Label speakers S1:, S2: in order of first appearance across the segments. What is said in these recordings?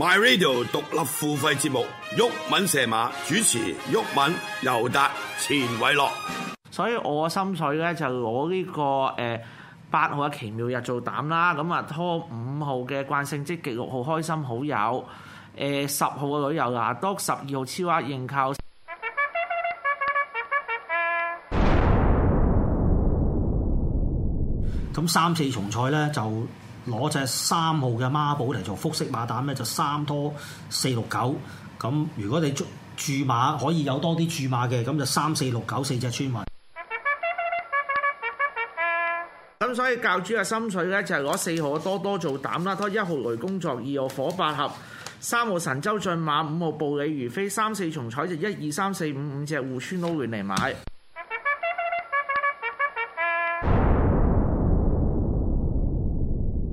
S1: My Radio 獨立付費節目，毓民射馬主持，毓民、尤達、錢偉樂。
S2: 所以我心水咧就攞呢、個誒八、號嘅奇妙日做膽啦，咁啊拖五號嘅慣性積極，六號開心好友，誒十號嘅旅遊拿督，十二號超額認購。
S3: 咁三四重賽咧就攞只三號嘅孖寶嚟做複式馬膽咧，就三拖四六九。咁如果你注注馬可以有多啲注馬嘅，咁就三四六九四隻村民。
S2: 咁所以教主嘅心水咧就係攞四號多多做膽啦，拖一號雷工作，二號火八合，三號神州駿馬，五號暴鯉如飛，三四重彩就一二三四五五隻互村撈亂嚟買。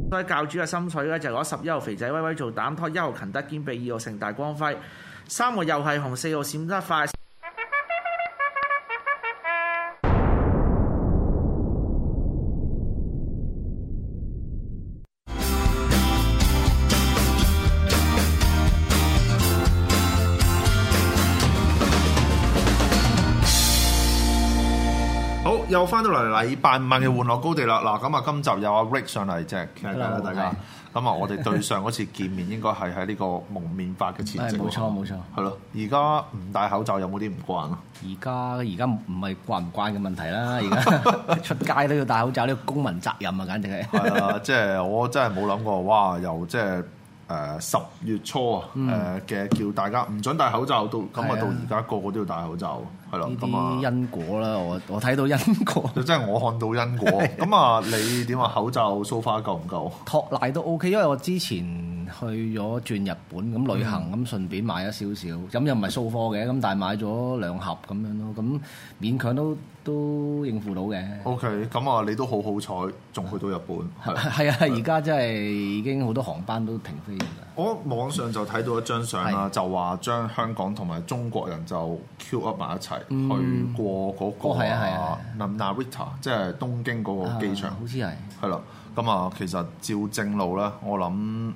S2: 所以教主嘅心水咧就攞十一號肥仔威威做膽，拖一號勤德兼備，二號盛大光輝，三號又係紅，四號閃得快。
S4: 好，又翻到嚟禮拜五晚嘅玩樂高地啦。嗱，咁啊，今集有阿 Rick 上嚟即係傾下偈啦，大家。咁啊，我哋對上嗰次見面應該係喺呢個蒙面法嘅前夕喎。
S5: 係冇錯冇錯
S4: 係咯，而家唔戴口罩有冇啲唔慣 啊？
S5: 而家而家唔係慣唔慣嘅問題啦，而家出街都要戴口罩，呢個公民責任啊，簡直係。
S4: 係啊，即係我真係冇諗過，哇！由即係誒十月初啊，誒嘅叫大家唔准戴口罩，到咁啊
S5: 嗯係啊
S4: 到而家個個都要戴口罩，係咯
S5: 呢，
S4: 咁啊
S5: 啲。因果啦，我我睇到因果
S4: 即係我看到因果，咁啊，你點啊？口罩 so far 夠唔夠？
S5: 托賴都 OK，因為我之前去咗轉日本咁旅行，咁、順便買咗少少，咁又唔係掃貨嘅，咁但係買咗兩盒咁樣咯，咁勉強都都應付到嘅。
S4: O K，咁啊，你都好好彩，仲去到日本。係
S5: 係啊，而家真係已經好多航班都停飛咗啦。
S4: 我網上就睇到一張相啦，就話將香港同埋中國人就 Q up 埋一齊去過嗰個
S5: 嗯哦係啊係啊
S4: n a r i t a 即係東京嗰個機場
S5: 啊。好似係。
S4: 係啦，咁啊，其實照正路咧，我諗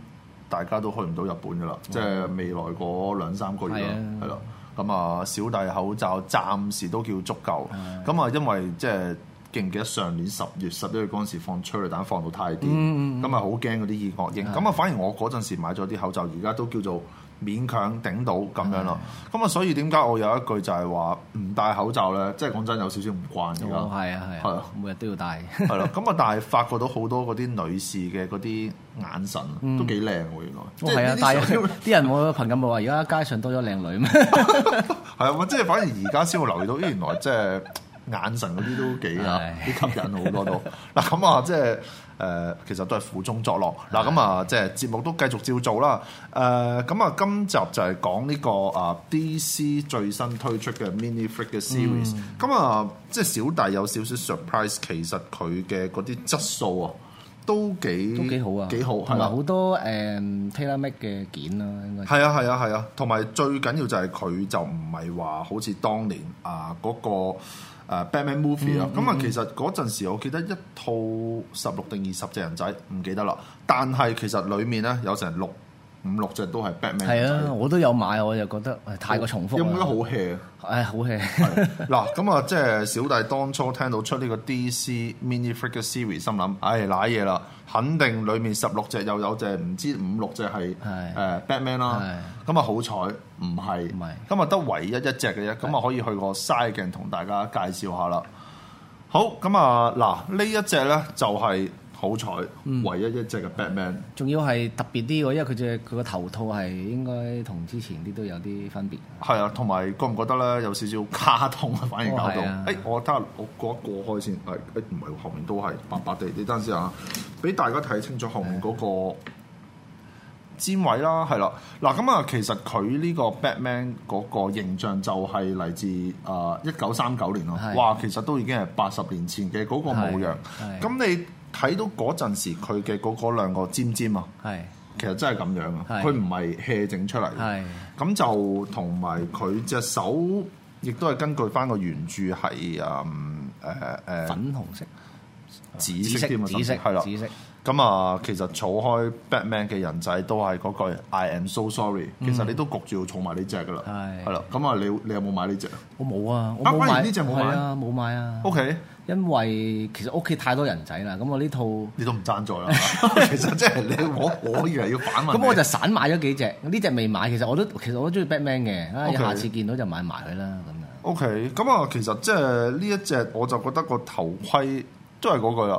S4: 大家都去唔到日本噶啦，即係未來嗰兩三個月啦，
S5: 嗯係啊
S4: 係啦。咁啊，小弟口罩暫時都叫足夠。咁啊，因為即係記唔記得上年十月、十一月嗰陣時放催淚彈放到太啲，
S5: 嗯
S4: 咁啊好驚嗰啲意外應。咁啊，反而我嗰陣時買咗啲口罩，而家都叫做勉強頂到咁樣咯。咁啊，所以點解我有一句就係話唔戴口罩咧？即係講真有少少唔慣㗎
S5: 哦，係啊，係
S4: 係啊
S5: 啊，每日都要戴。
S4: 係 啦，咁啊，但係發覺到好多嗰啲女士嘅嗰啲眼神啊都幾靚喎，原來。即
S5: 嗯哦，係啊，但
S4: 呢啲
S5: 係
S4: 相
S5: 啲人我朋友咪話，而家街上多咗靚女咩？
S4: 係啊，我即係反而而家先會留意到，咦原來即係眼神嗰啲都幾啊，
S5: 係
S4: 幾吸引好多都。 嗱咁啊，即係誒，其實都係苦中作樂。嗱咁啊，即係節目都繼續照做啦。誒咁啊，今集就係講呢個啊 DC 最新推出嘅 Mini Freak 嘅 series。咁
S5: 嗯
S4: 啊，即係小弟有少少 surprise，其實佢嘅嗰啲質素啊。都幾
S5: 都幾好啊，
S4: 幾好係
S5: 同
S4: 啦
S5: 埋，好多誒 tailor make 嘅件啦，應該
S4: 係啊係啊係啊，同埋最緊要就係佢就唔係話好似當年啊嗰、個、呃 Batman movie
S5: 嗯
S4: 啊，咁啊、其實嗰陣時我記得一套十六定二十隻人仔唔記得啦，但係其實裡面咧有成六五六隻都係 Batman
S5: 係
S4: 人
S5: 啊，
S4: 仔。
S5: 我都有買，我就覺得唉太過重複
S4: 有冇得好
S5: 啦。
S4: hea 啊？
S5: 唉，好 h
S4: 嗱，咁啊，即係小弟當初聽到出呢個 DC Mini f r i g a Series，心諗，唉，賴嘢啦，肯定裡面十六隻又有隻唔知五六隻係
S5: 係
S4: 誒 Batman 啦。咁啊，好彩唔係
S5: 唔係，
S4: 咁啊得唯一一隻嘅啫，咁啊可以去個嘥鏡同大家介紹下啦。好，咁啊嗱，呢一隻咧就係好彩，
S5: 嗯
S4: 唯一一隻嘅 Batman。
S5: 仲要係特別啲喎，因為佢隻佢個頭套係應該同之前啲都有啲分別。
S4: 係啊，同埋覺唔覺得咧有少少卡通啊？反而搞到，誒、
S5: 哦係啊
S4: 我睇下我過一過開先，誒誒唔係，後面都係白白地。你等陣先啊，俾大家睇清楚後面嗰個尖位啦，係啦。嗱咁啊，其實佢呢個 Batman 嗰個形象就係嚟自誒一九三九年咯。
S5: 係
S4: 哇，其實都已經係八十年前嘅嗰個模樣。
S5: 係係
S4: 咁你睇到嗰陣時佢嘅嗰嗰兩個尖尖啊，
S5: 係
S4: 其實真係咁樣啊，
S5: 係
S4: 佢唔係 hea 整出嚟嘅。
S5: 係
S4: 咁就同埋佢隻手，亦都係根據翻個原著係誒誒誒
S5: 粉紅色、
S4: 紫
S5: 紫
S4: 色
S5: 色、
S4: 添啊，
S5: 紫色
S4: 係啦。
S5: 紫色
S4: 咁啊，其實儲開 Batman 嘅人仔都係嗰句 I am so sorry。其實你都焗住要儲埋呢只噶啦，
S5: 嗯係
S4: 係啦。咁啊，你你有冇買呢只
S5: 我冇啊，我
S4: 啊
S5: 冇
S4: 反而
S5: 買
S4: 呢隻冇買
S5: 係啊，冇買啊。
S4: ？OK，
S5: 因為其實屋企太多人仔啦，咁我呢套咁
S4: 你都唔贊助啦。 係嘛其實即係你我我以為要反問你。
S5: 我就散買咗幾隻，呢只未買。其實我都其實我都中意 Batman 嘅，啊
S4: OK
S5: 下次見到就買埋佢啦咁樣。
S4: OK，咁啊，其實即係呢一隻，我就覺得個頭盔都係嗰句啦。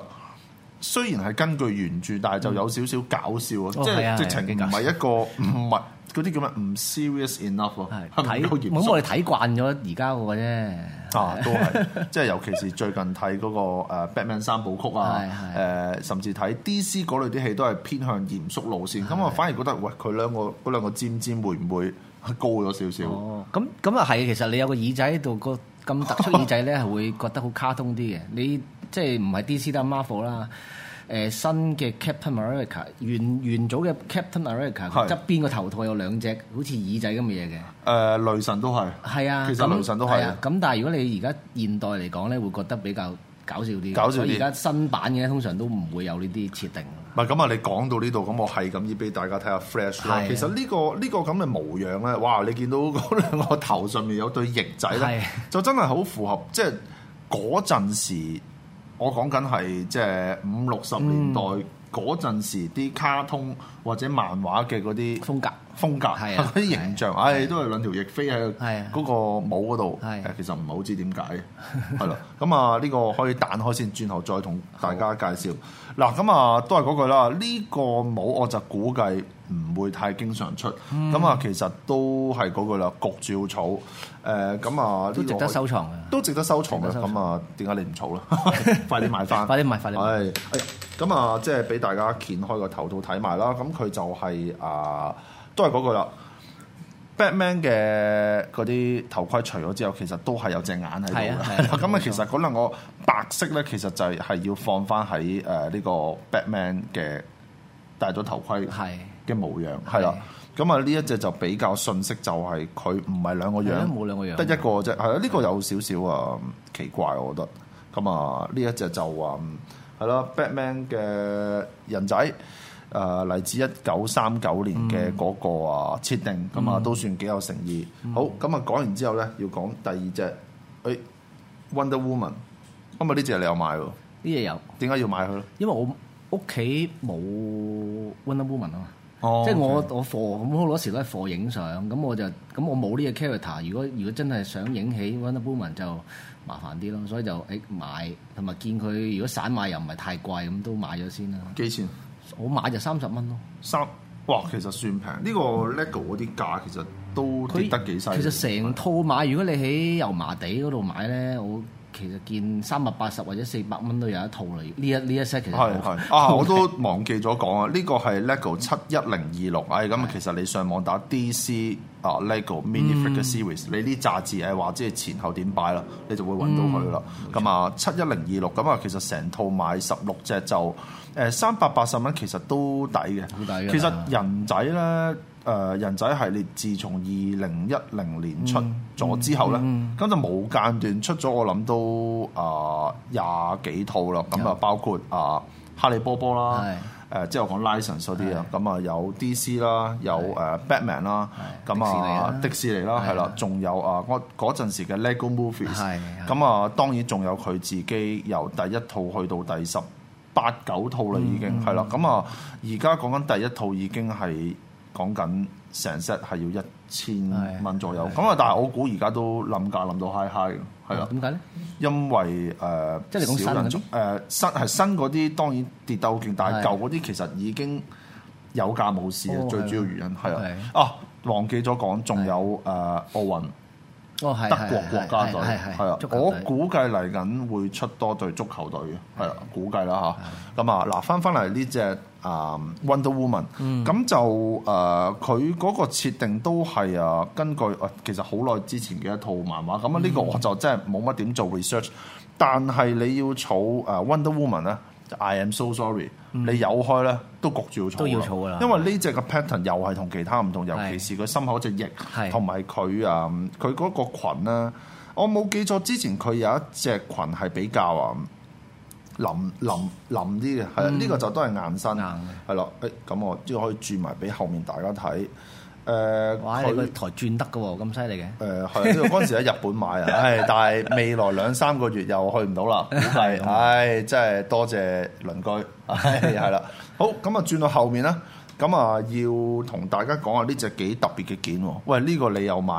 S4: 雖然係根據原著，但係就有少少搞笑啊！
S5: 嗯哦
S4: 即
S5: 係
S4: 係
S5: 啊
S4: 直
S5: 係啊幾
S4: 情
S5: 搞
S4: 唔
S5: 笑
S4: 係一個唔係嗰啲叫咩唔 serious enough 啊
S5: 係，
S4: 係
S5: 睇
S4: 唔夠
S5: 冇
S4: 嚴
S5: 我哋
S4: 肅
S5: 睇慣咗而家嗰個啫。
S4: 啊，都係 即係尤其是最近睇嗰個誒 Batman 三部曲啊
S5: 係，
S4: 誒甚至睇 DC 嗰類啲戲都係偏向嚴肅路線，咁我反而覺得喂佢兩個嗰兩個尖尖會唔會高咗少少？
S5: 哦，咁咁啊係，其實你有個耳仔喺度，個咁突出耳仔咧， 係會覺得好卡通啲嘅。你即係唔係 DC 得 Marvel 啦？誒、新嘅 Captain America 原原組嘅 Captain America
S4: 係
S5: 側邊個頭套有兩隻好似耳仔咁嘅嘢嘅，
S4: 誒呃雷神都係，
S5: 係啊，
S4: 其實
S5: 咁
S4: 雷神都係
S5: 係啊。咁但係如果你而家現代嚟講咧，會覺得比較搞笑啲。
S4: 搞笑啲
S5: 所以而家新版嘅通常都唔會有呢啲設定。
S4: 唔係咁啊！你講到呢度，咁我係咁要俾大家睇下 Flash
S5: 係
S4: 啦
S5: 啊。
S4: 其實呢、個呢、個咁嘅模樣咧，哇！你見到嗰兩個頭上面有對翼仔
S5: 係啊
S4: 咧，就真係好符合即係嗰陣時，我講緊係即係五六十年代
S5: 嗯
S4: 嗰陣、時啲卡通或者漫畫嘅嗰啲
S5: 風格
S4: 風格
S5: 係啊
S4: 嗰啲形象，唉，都係兩條翼飛喺
S5: 係啊
S4: 嗰個帽嗰度。
S5: 係啊
S4: 誒，其實唔係好知點解嘅，係啦。咁啊，呢個可以彈開先，轉頭再同大家介紹。嗱，咁啊，都係嗰句啦。呢個帽我就估計唔會太經常出。
S5: 嗯
S4: 咁啊，其實都係嗰句啦，焗住要儲。誒，咁啊，
S5: 都值得收
S4: 藏，
S5: 藏嘅。
S4: 都值得收藏嘅。
S5: 值得收藏
S4: 咁啊，點解你唔 儲啦？快啲買翻，
S5: 快啲買快啲買
S4: 係，哎呀咁啊，即係俾大家掀開個頭套睇埋啦。咁佢就係、啊，都係嗰句啦。Batman 嘅嗰啲頭盔除咗之後，其實都係有隻眼喺度
S5: 係啊
S4: 嘅。
S5: 係啊
S4: 咁
S5: 冇
S4: 啊，
S5: 錯
S4: 其實嗰兩個白色咧，其實就係係要放翻喺誒呃呢個 Batman 嘅戴咗頭盔
S5: 係
S4: 嘅模樣，係啦。咁啊，呢一隻就比較信息，就係佢唔係兩個
S5: 係啊
S4: 樣，
S5: 冇兩個樣
S4: 得一個啫。係啊，呢個有少少啊奇怪，我覺得。咁啊，呢一隻就話嗯係啦，Batman 嘅人仔，誒、嚟自一九三九年
S5: 嗯
S4: 嘅嗰個啊設定，咁啊、都算幾有誠意。好，咁啊講完之後咧，要講第二隻，誒、Wonder Woman，咁啊呢只你有買喎，
S5: 呢嘢有。
S4: 點解要買佢咧？
S5: 因為我屋企冇 Wonder Woman 啊嘛。
S4: 哦
S5: 即係我我貨咁好多時都係貨影相，咁我就咁我冇呢個 character。如果如果真係想影起 Wonder Woman 就麻煩啲咯，所以就誒、買，同埋見佢如果散買又唔係太貴，咁都買咗先啦。
S4: 幾錢？
S5: 我買就三十蚊咯，
S4: 三哇，其實算平。呢、個 LEGO 嗰啲價其實都跌得幾犀利。
S5: 其實成套買，如果你喺油麻地嗰度買咧，我其實見三百八十或者四百蚊都有一套啦。呢一呢一 set 其實
S4: 係係 啊！我都忘記咗講啊，呢個係 LEGO 七一零二六，哎咁其實你上網打 DC 啊 LEGO
S5: 嗯
S4: Minifigure Series，你呢扎字誒話即係前後點擺啦，你就會揾到佢啦。
S5: 嗯
S4: 咁啊七一零二六咁啊，其實成套買十六隻就誒三百八十蚊，其實都抵嘅。
S5: 好抵㗎
S4: 其實人仔咧，誒、人仔系列自從二零一零年出咗之後咧，咁、就冇間斷出咗，我諗都啊廿幾套啦。咁啊，包括啊、哈利波波啦，誒、之後講 license 嗰啲啊，咁啊有 DC 啦，有誒 Batman 啦，
S5: 係
S4: 咁啊
S5: 迪
S4: 迪士尼啦，係啦，仲有啊我嗰陣時嘅 LEGO Movies，
S5: 係係
S4: 咁啊當然仲有佢自己由第一套去到第十。八九套啦已
S5: 嗯
S4: 經係啦，咁啊而家講緊第一套已經係講緊成 set 係要一千蚊左右，咁啊但係我估而家都冧價冧到 high high 嘅，係啦，
S5: 點解咧？
S4: 因為誒
S5: 嗯即係你講
S4: 少人
S5: 新嗰啲
S4: 誒新係新嗰啲當然跌得好勁，但
S5: 係
S4: 係舊嗰啲其實已經有價冇市
S5: 哦
S4: 嘅，最
S5: 係
S4: 主要原因係啊
S5: 係
S4: 啊忘記咗講，仲有誒奧運。
S5: 哦係
S4: 德國國家隊
S5: 係係
S4: 係啊
S5: 足，球
S4: 我
S5: 隊
S4: 估計嚟緊會出多隊足球隊嘅，係啊，估計啦嚇。咁啊，嗱，翻翻嚟呢只啊 Wonder Woman，咁
S5: 嗯
S4: 就誒佢嗰個設定都係啊，根據啊其實好耐之前嘅一套漫畫，咁啊
S5: 嗯
S4: 呢個我就真係冇乜點做 research，但係你要儲誒 Wonder Woman 咧。就 I am so sorry，你有開咧都焗住要儲，
S5: 嗯都要儲㗎啦
S4: 因為呢只嘅 pattern 又係同其他唔同，尤其是佢心口隻翼
S5: 係
S4: 同埋佢啊，嗯佢嗰個裙咧，我冇記錯之前佢有一隻裙係比較啊淋淋淋啲嘅，係啊，呢個就都係硬身，
S5: 嗯硬嘅
S4: 係啦。誒咁我呢個可以轉埋俾後面大家睇。誒
S5: 哇！你個
S4: 佢
S5: 台轉得嘅喎，咁犀利嘅。
S4: 誒係啊呢個嗰陣時喺日本買啊， 唉！但係未來兩三個月又去唔到啦，估計，
S5: 啊
S4: 唉！真係多謝鄰居， 唉係 啦。好咁啊，轉到後面啦，咁啊要同大家講下呢只幾特別嘅件喎。喂，呢個你有買？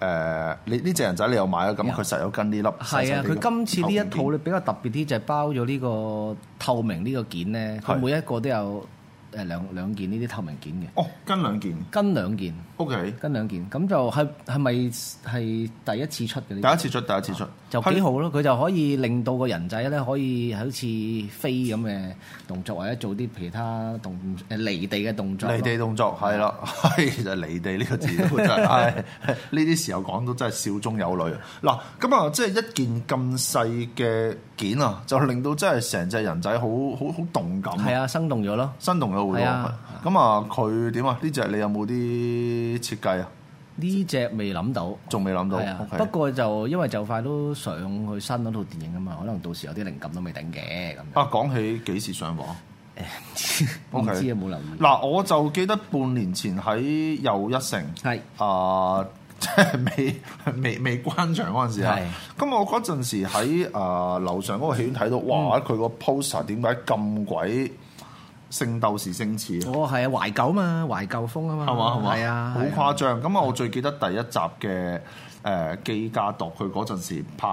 S4: 誒，你呢只人仔你有買啊？咁佢實有跟呢粒細
S5: 係
S4: 細
S5: 啊，
S4: 地
S5: 佢今次呢一
S4: 頭
S5: 套
S4: 件
S5: 咧比較特別啲，就係包咗呢個透明呢個件咧，佢
S4: 係
S5: 每一個都有誒兩兩件呢啲透明件嘅，
S4: 哦，跟兩件
S5: 跟兩件，
S4: ，OK。
S5: 跟兩件，咁就係係咪係第一次出嘅呢
S4: 第
S5: 個？
S4: 一次出，第一次出
S5: 就幾好咯，佢就可以令到個人仔咧可以好似飛咁嘅動作，或者做啲其他動誒離地嘅動作咯。
S4: 離地動作，係啦， 係就係離地呢個字真 係，唉呢啲時候講到真係笑中有淚啊！嗱，咁啊，即係一件咁細嘅件啊，就令到真係成隻人仔好好好動感
S5: 係
S4: 啊！
S5: 啊，生動咗咯。
S4: 生動嘅會
S5: 係
S4: 喎
S5: 啊，
S4: 咁啊佢點啊？呢只你有冇啲設計啊？
S5: 呢只未諗到，
S4: 仲未諗到
S5: 係啊。
S4: ，OK
S5: 不過就因為就快都上去新嗰套電影啊嘛，可能到時有啲靈感都未定嘅咁樣。
S4: 啊，講起幾時上網？
S5: 唔
S4: OK
S5: 知啊，冇留意。
S4: 嗱，我就記得半年前喺又一城。
S5: 係
S4: 啊、即係未 未未關場嗰陣時啊
S5: 係，
S4: 咁我嗰陣時喺啊、樓上嗰個戲院睇到，
S5: 嗯
S4: 哇！佢個 poster 點解咁鬼聖鬥士星矢啊？
S5: 我係啊，懷舊嘛，懷舊風啊嘛，
S4: 係嘛係嘛，
S5: 係啊，係啊
S4: 好誇張。咁啊，我最記得第一集嘅呃誒機加度，佢嗰陣時拍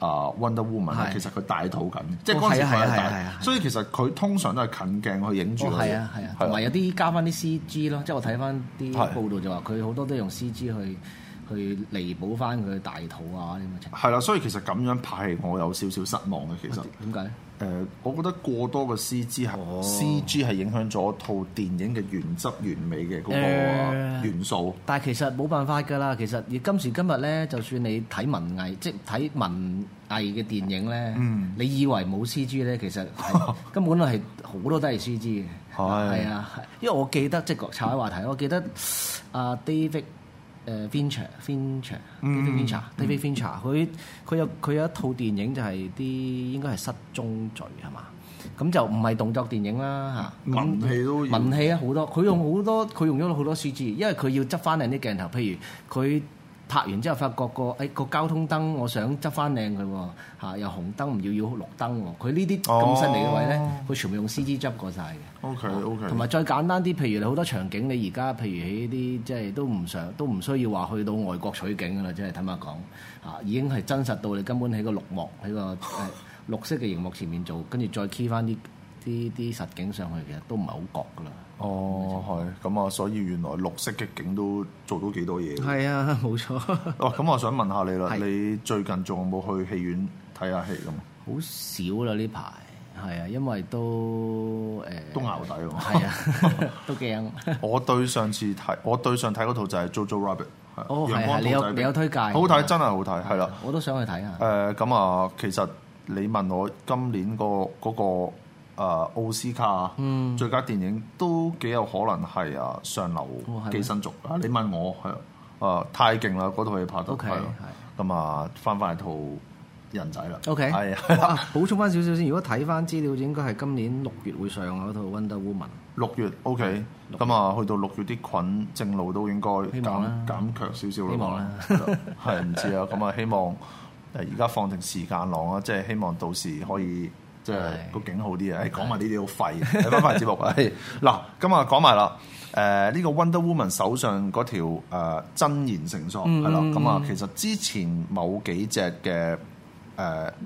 S4: 啊 Wonder Woman，啊
S5: 係
S4: 其實佢大肚緊，即係嗰陣時
S5: 哦係啊
S4: 佢係
S5: 係啊係啊係啊
S4: 大，所以其實佢通常都係近鏡去影住
S5: 哦，
S4: 佢。
S5: 係啊，係啊，同埋有啲加翻啲 C G 咯，即係我睇翻啲
S4: 係
S5: 報道就話佢好多都用 C G 去去彌補翻佢大肚啊啲咁嘅情況。
S4: 係啦，所以其實咁樣拍戲，我有少少失望嘅，其實。
S5: 點解咧？
S4: 誒、呃我覺得過多嘅 CG 係、CG 係影響咗套電影嘅原汁原味嘅嗰個
S5: 誒
S4: 元素。
S5: 但係其實冇辦法㗎啦，其實而今時今日咧，就算你睇文藝，即係睇文藝嘅電影咧，
S4: 嗯
S5: 你以為冇 C G 咧，其實係根本係好多都係 C G 嘅。
S4: 係
S5: 係啊，係因為我記得即係岔開話題，我記得阿 David 誒 Fincher，Fincher，David
S4: 嗯
S5: Fincher，David Fincher，佢佢有佢有一套電影就係啲應該係失蹤罪係嘛？咁就唔係動作電影啦嚇，咁
S4: 文戲都要
S5: 文戲啊好多，佢用好多佢用咗好多 CG，因為佢要執翻靚啲鏡頭，譬如佢。拍完之後發覺個誒、哎個交通燈，我想執翻靚佢喎嚇，又紅燈唔要要綠燈喎，佢呢啲咁犀利嘅位咧，
S4: 哦
S5: 佢全部用 CG 執過晒嘅。
S4: OK OK，
S5: 同埋再簡單啲，譬如你好多場景，你而家譬如喺啲即係都唔想都唔需要話去到外國取景㗎啦，即係坦白講啊，已經係真實到你根本喺個綠幕喺 個誒綠色嘅熒幕前面做，跟住再 key 翻啲啲啲實景上去，其實都唔係好覺㗎啦。
S4: 哦係咁啊，所以原來綠色嘅景都做到幾多嘢。
S5: 係啊，冇錯，好
S4: 哦，咁我想問下你啦，
S5: 係
S4: 你最近仲有冇去戲院睇下戲咁？
S5: 少啦呢排，係啊，因為都誒、
S4: 都淆底喎。
S5: 係 啊，都驚。
S4: 我對上次睇，我對上睇嗰套就係《Jojo Rabbit》。係
S5: 哦係
S4: 陽光
S5: 係你有
S4: 兔仔兵
S5: 你有推介
S4: 好睇真係好睇，係啦。
S5: 我都想去睇下。
S4: 誒咁啊，其實你問我今年個嗰、個誒、呃、奧斯卡啊
S5: 嗯
S4: 最佳電影都幾有可能係啊上流
S5: 哦係咩
S4: 寄生族啊！你問我係啊啊太勁啦，嗰套戲拍得
S5: OK，
S4: 係咯
S5: 係
S4: 咁啊，翻返嚟套人仔啦
S5: OK，
S4: 係啊 係啦，
S5: 啊補充翻少少先。如果睇翻資料，應該係今年六月會上嗰套《Wonder Woman
S4: 六月 OK，咁啊去到六月啲菌正路都應該
S5: 希
S4: 減
S5: 望啦
S4: 減強少少啦，
S5: 希望啦
S4: 係啦，係唔知啊，咁啊希望誒而家放定時間浪啊，即係希望到時可以。即係
S5: 係
S4: 個景好啲啊！誒講埋呢啲好廢，睇翻翻節目啊！唉嗱，今日講埋啦。誒呢個 Wonder Woman 手上嗰條誒真言繩索係啦，咁啊其實之前某幾隻嘅誒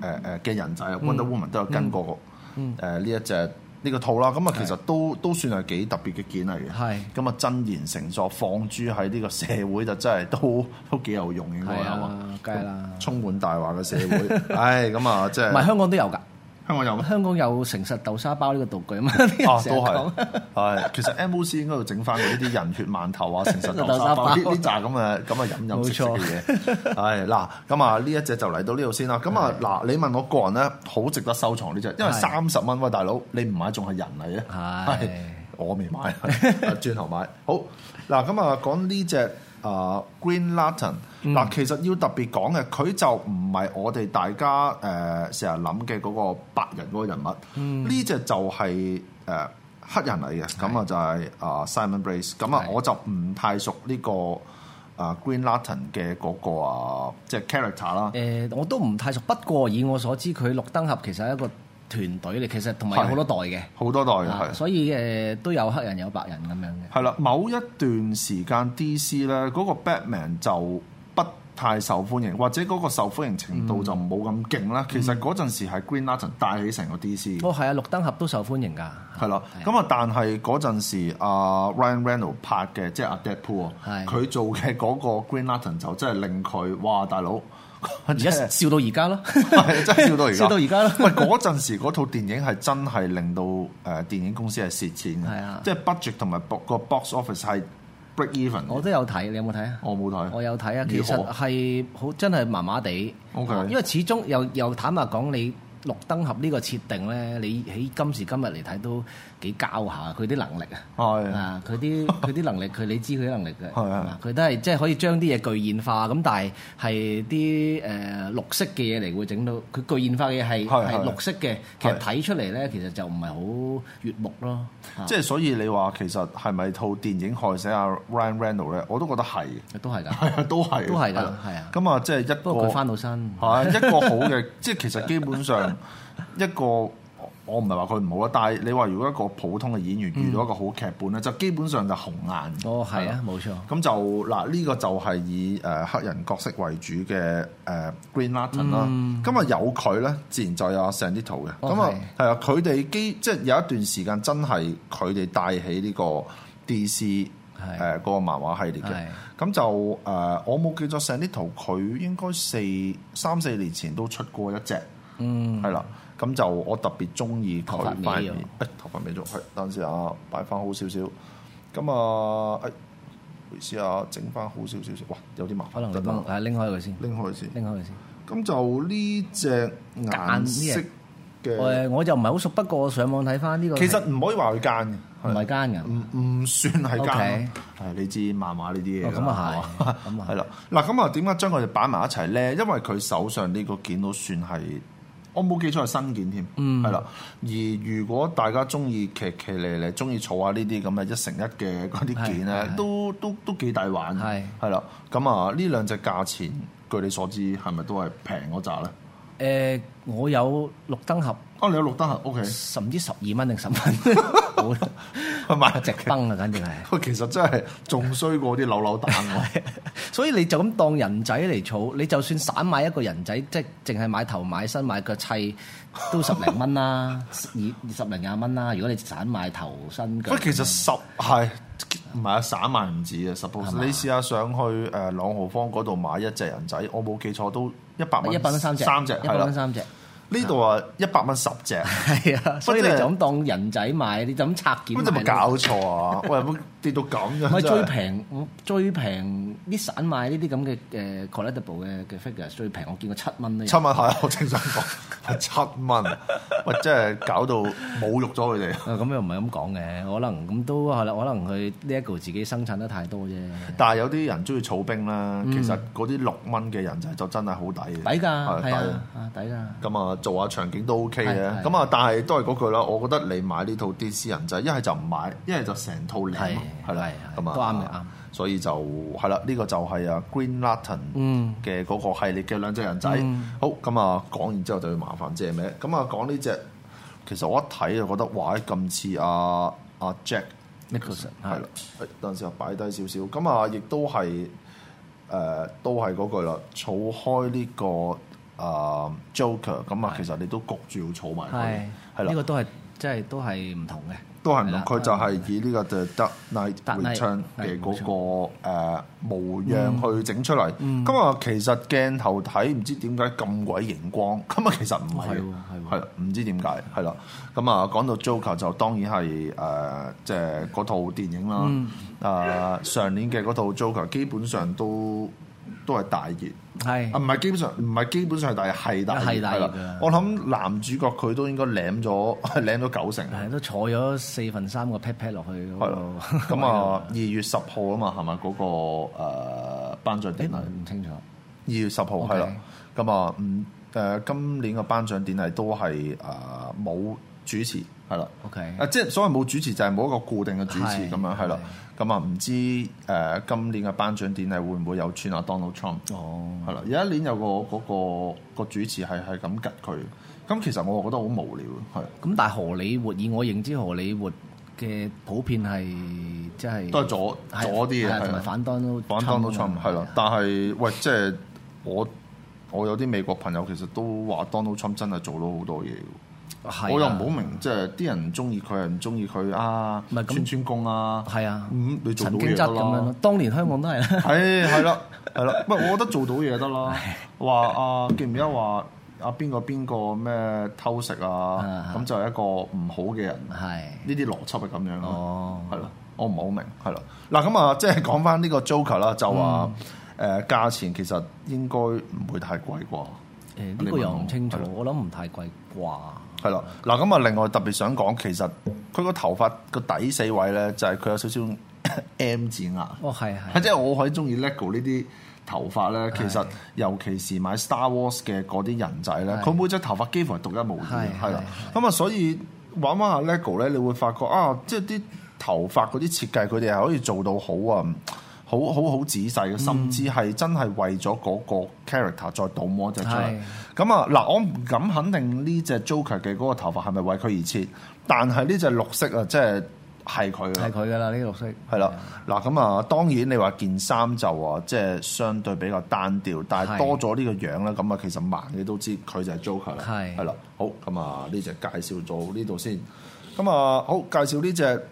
S4: 誒誒嘅人仔啊 Wonder Woman 都有跟過誒呢一隻呢個套啦，咁啊其實都都算係幾特別嘅件嚟嘅。
S5: 係
S4: 咁啊真言繩索放諸喺呢個社會就真係都 都幾有用應》該
S5: 係
S4: 係嘛？
S5: 啊，梗係啦。
S4: 充滿大話嘅社 會，唉咁啊即
S5: 唔
S4: 係
S5: 係香港都有㗎，
S4: 香港有咩？
S5: 香港有誠實豆沙包呢個道具啊嘛，啲
S4: 啊，
S5: 人成
S4: 都
S5: 日
S4: 係
S5: 講。，
S4: 係其實 MOC 應該要整翻嗰啲人血饅頭啊、誠 實豆
S5: 豆
S4: 沙
S5: 沙
S4: 包
S5: 包
S4: 呢呢扎咁嘅咁嘅飲飲食食嘅嘢。係嗱，咁啊呢一隻就嚟到呢度先啦。咁啊嗱，你問我個人咧，好值得收藏呢只，因為
S5: 係
S4: 三十蚊喂大佬，你唔買仲係人嚟嘅。
S5: 係
S4: 啊係我未買，轉頭買。好嗱，咁啊講呢只啊 Green Lantern。嗱，
S5: 嗯
S4: 其實要特別講嘅，佢就唔係我哋大家誒成日諗嘅嗰個白人嗰個人
S5: 嗯
S4: 物，呢只就係誒黑人嚟嘅，咁啊就係啊 Simon Brace，咁啊
S5: 係
S4: 我就唔太熟呢個啊 Green Lantern 嘅嗰個啊即係 character 啦。
S5: 誒、我都唔太熟，不過以我所知，佢綠燈俠其實係一個團隊嚟，其實同埋有
S4: 係
S5: 好多代嘅，
S4: 好多代
S5: 啊
S4: 係。
S5: 所以誒、都有黑人有白人咁樣嘅。
S4: 係啦，某一段時間 DC 咧嗰、個 Batman 就不太受歡迎，或者嗰個受歡迎程
S5: 嗯
S4: 度就冇咁勁啦。其實嗰陣時係 Green Lantern 帶起成個 DC 嘅。
S5: 哦，係啊，綠燈俠都受歡迎㗎。
S4: 係啦，咁啊，但係嗰陣時，阿 Ryan Reynolds 拍嘅，即係阿 Deadpool，啊
S5: 係
S4: 佢做嘅嗰個 Green Lantern 就真係令佢，哇，大 佬，
S5: 而家
S4: 真係
S5: 笑到而家咯，
S4: 係真係笑到而家，
S5: 笑到而家咯
S4: 喂，嗰陣時嗰套電影係真係令到誒、呃、電影公司係蝕錢
S5: 係啊
S4: 嘅，即係 budget 同埋個 box office 係 break even 嘅。
S5: 我都有睇，你有冇睇啊？
S4: 我冇睇，
S5: 我有睇啊，其
S4: 如何
S5: 實係好真係麻麻地。
S4: OK
S5: 因為始終又又坦白講，你綠燈俠呢個設定咧，你喺今時今日嚟睇都幾交下佢啲能力啊。
S4: 係
S5: 啊！佢 啲佢啲能力，佢你知佢啲能力嘅，
S4: 係啊係
S5: 係嘛佢都係即係可以將啲嘢具現化咁，但係係啲誒綠色嘅嘢嚟會整到佢具現化嘅嘢
S4: 係
S5: 係
S4: 係啊
S5: 係綠色嘅，其
S4: 係
S5: 實睇出嚟咧，其實就唔係好悅目咯。啊
S4: 即係所以你話其實係咪套電影害死阿 Ryan Reynolds 咧？我都覺得係，
S5: 都係㗎，
S4: 係啊，都係，
S5: 都係㗎
S4: 係啊
S5: 係啊
S4: 咁啊，即係一
S5: 不過佢翻
S4: 個
S5: 到身，
S4: 係啊一個好嘅， 即係其實基本上一個我唔係話佢唔好啦，啊但係你話如果一個普通嘅演員遇
S5: 嗯
S4: 到一個好劇本咧，就基本上就紅眼。
S5: 哦係啊，冇錯。
S4: 咁就嗱，呢、個就係以誒、呃黑人角色為主嘅誒、呃 Green Lantern 啦。
S5: 嗯
S4: 咁啊、有佢咧，自然就有 s a n d i t o 嘅。
S5: 哦
S4: 咁啊係啊，佢哋基即係有一段時間真係佢哋帶起呢個 DC 誒
S5: 係
S4: 嗰個漫畫系列嘅
S5: 係。
S4: 咁就誒、呃我冇記錯 s a n d i t o 佢應該四三四年前都出過一隻，
S5: 嗯，
S4: 係啦、咁就我特別中意佢
S5: 頭髮
S4: 塊
S5: 尾啊
S4: 面
S5: 喎，
S4: 誒頭髮尾咗，係等陣先啊，擺翻好少少。咁啊，誒，回試下啊整翻好少少先。哇，有啲麻
S5: 可
S4: 煩，
S5: 能你
S4: 等等
S5: 幫
S4: 啊
S5: 誒拎開佢先，
S4: 拎開先。
S5: 拎開佢先。
S4: 咁就呢只顏色嘅，
S5: 誒，我就唔係好熟，不過我上網睇翻呢個係，
S4: 其實唔可以話佢奸嘅，
S5: 唔係奸人。
S4: 唔唔算係奸
S5: OK
S4: 咯。係你知漫畫呢啲嘢㗎
S5: 哦咁啊係
S4: 嘛
S5: 咁啊係
S4: 係啦。嗱咁啊，點解將佢哋擺埋一齊咧？因為佢手上呢個件都算係。我冇記錯係新件添，
S5: 嗯
S4: 係啦、而如果大家中意騎騎嚟嚟，中意儲下呢啲咁嘅一成一嘅嗰啲件
S5: 係
S4: 咧
S5: 係，
S4: 都都都幾抵玩。
S5: 係
S4: 係啦，咁啊呢兩隻價錢，據你所知係咪都係平嗰扎咧？
S5: 誒，我有綠燈盒，
S4: 哦，你有綠燈啊？OK，
S5: 甚至十二蚊定十蚊， 好
S4: 係咪
S5: 直崩啊，簡直係。
S4: 佢其實真係仲衰過啲扭扭蛋喎。
S5: 所以你就咁當人仔嚟儲，你就算散買一個人仔，即係淨係買頭、買身、買腳砌，都十零蚊啦，二十零廿蚊啦。如果你散買頭、身、腳
S4: 喂，，其實十係唔係啊？散賣唔止啊，suppose 你試下上去誒朗豪坊嗰度買一隻人仔，我冇記錯都一百蚊，
S5: 一百蚊三隻，
S4: 三隻
S5: 一
S4: 係
S5: 百蚊
S4: 啦。
S5: 三隻。
S4: 呢度啊一百蚊十隻，
S5: 係啊，所以
S4: 不
S5: 你
S4: 過
S5: 就
S4: 即係
S5: 咁當人仔買，你就咁拆件
S4: 咁就咪
S5: 買
S4: 搞
S5: 咯。
S4: 錯啊！喂，有冇跌到咁
S5: 唔
S4: 樣真
S5: 係最
S4: 係？
S5: 平，我最平啲散賣呢啲咁嘅誒 collectible 嘅嘅 figure 最平，我見過七蚊都有
S4: 七。蚊係啊我正想講係七蚊， 喂，真係搞到侮辱咗佢哋。
S5: 啊，咁又唔係咁講嘅，可能咁都係啦，可能佢呢一個自己生產得太多啫，抵
S4: 但係有啲人中意儲兵啦，其實嗰啲六蚊嘅人仔就真係好抵嘅，
S5: 嗯㗎，
S4: 係
S5: 係
S4: 抵
S5: 啊，啊抵㗎。
S4: 咁啊，做下場景都 OK
S5: 係
S4: 嘅。
S5: 係
S4: 咁啊，但係都係嗰句啦，我覺得你買呢套 DC 人仔，一係就唔買，一係就成套領，
S5: 係
S4: 係啦，
S5: 係係
S4: 咁啊，
S5: 都啱嘅啱。
S4: 所以就係啦，呢個就係啊 Green Lantern
S5: 嗯
S4: 嘅嗰個系列嘅兩隻人仔。好，咁啊講完之後就要麻煩姐咩？咁啊講呢只，其實我一睇就覺得哇，咁似阿阿 Jack。
S5: Nicholson
S4: 係
S5: 係
S4: 啦，誒等陣時候擺低少少，咁啊，亦都係誒、呃都係嗰句啦，儲開呢、個啊 Joker，咁啊，其實你都焗住要儲埋
S5: 係
S4: 佢，係
S5: 係呢
S4: 啦，
S5: 個都係即係都係唔同嘅。
S4: 都係唔同，
S5: 係啦
S4: 佢就係以呢個 The Dark Knight
S5: Dark Knight，
S4: Return 嘅
S5: 係
S4: 嗰
S5: 冇嗯
S4: 個誒模樣去整出嚟，咁啊，其實鏡頭睇唔知點解咁鬼熒光， 咁啊，其實唔係
S5: 係
S4: 嘅
S5: 喎係喎
S4: 係啦，唔知點解係啦。咁啊，講到 Joker 就當然係誒，即
S5: 嗯
S4: 啊係嗰套電影啦。誒、上年嘅嗰套 Joker 基本上都都係大熱。啊，
S5: 係
S4: 唔係基本上唔係基本上係大熱，係大熱
S5: 係大熱
S4: 係啦
S5: 㗎。
S4: 我諗男主角佢都應該舐咗 舐咗九成。
S5: 係都坐咗四分三個 pat pat 落去嗰
S4: 係
S5: 個
S4: 咯， 咁啊，二月十號啊嘛，係咪嗰個誒頒獎典禮？
S5: 唔清楚，
S4: 二月十號
S5: 嗯 OK
S4: 係啦，咁啊，嗯誒，今年嘅頒獎典禮都係誒呃冇主持係啦
S5: OK
S4: 啊即係所謂冇主持就係冇一個固定嘅主持
S5: 嗯係
S4: 咁樣係啦，咁啊唔知誒今年嘅頒獎典禮會唔會有串啊 Donald Trump？
S5: 哦，
S4: 係啦，有一年有個嗰個個主持係係咁吉佢，咁其實我覺得好無聊，係
S5: 咁但係荷里活以我認知荷里活嘅普遍係即係
S4: 都係左
S5: 係啊
S4: 左啲嘅，
S5: 係
S4: 係
S5: 同埋
S4: 啦
S5: 反當都
S4: 反 Donald Trump 係啦，
S5: 啦，
S4: 但係喂，即係我我有啲美國朋友其實都話 Donald Trump 真係做到好多嘢喎，
S5: 係啊
S4: 我又唔好明，即係啲人唔中意佢係唔中意佢啊，
S5: 唔係咁
S4: 穿穿工啊，
S5: 係啊，
S4: 咁你做到
S5: 曾經
S4: 嘢
S5: 質
S4: 得
S5: 咁樣咯
S4: 啦，，
S5: 當年香港都係 啦，
S4: 係係啦係啦，喂，我覺得做到嘢得 啦，話啊記唔記得話啊邊個邊個咩偷食啊，
S5: 啊
S4: 咁就係一個唔好嘅人。
S5: 係
S4: 呢啲邏輯係咁樣咯
S5: 哦
S4: 係咯，我唔係好明，係咯。嗱咁啊，即係講翻呢個 Joker 啦，就話誒價錢其實應該唔會太貴啩。
S5: 誒呢個又唔清楚
S4: 你問，
S5: 我諗唔太貴啩，
S4: 係啦，嗱咁啊，另外特別想講，其實佢個頭髮個底死位咧，就係佢有少少 M 字額。
S5: 哦係係
S4: 係。啊即係我好中意 LEGO 呢啲頭髮咧，其實尤其是買 Star Wars 嘅嗰啲人仔咧，
S5: 係
S4: 佢每隻頭髮幾乎係獨一無二嘅，
S5: 係
S4: 係啦
S5: 係。
S4: 咁啊，所以玩玩下 LEGO 咧，你會發覺啊，即係啲頭髮嗰啲設計，佢哋係可以做到好啊。好好好仔
S5: 嗯
S4: 細嘅，甚至係真係為咗嗰個 character 再倒模一隻出嚟
S5: 係。
S4: 咁啊，嗱，我唔敢肯定呢只 Joker 嘅嗰個頭髮係咪為佢而設，但係呢只綠色啊，即係係佢啦
S5: 係佢噶啦，呢個綠色
S4: 係啦，嗱咁啊，當然你話件衫就啊，即係相對比較單調，但係
S5: 係
S4: 多咗呢個樣咧，咁啊，其實盲嘅都知佢就係 Joker 啦，
S5: 係
S4: 係啦，好咁啊，呢只介紹到呢度先，咁啊，好介紹呢只，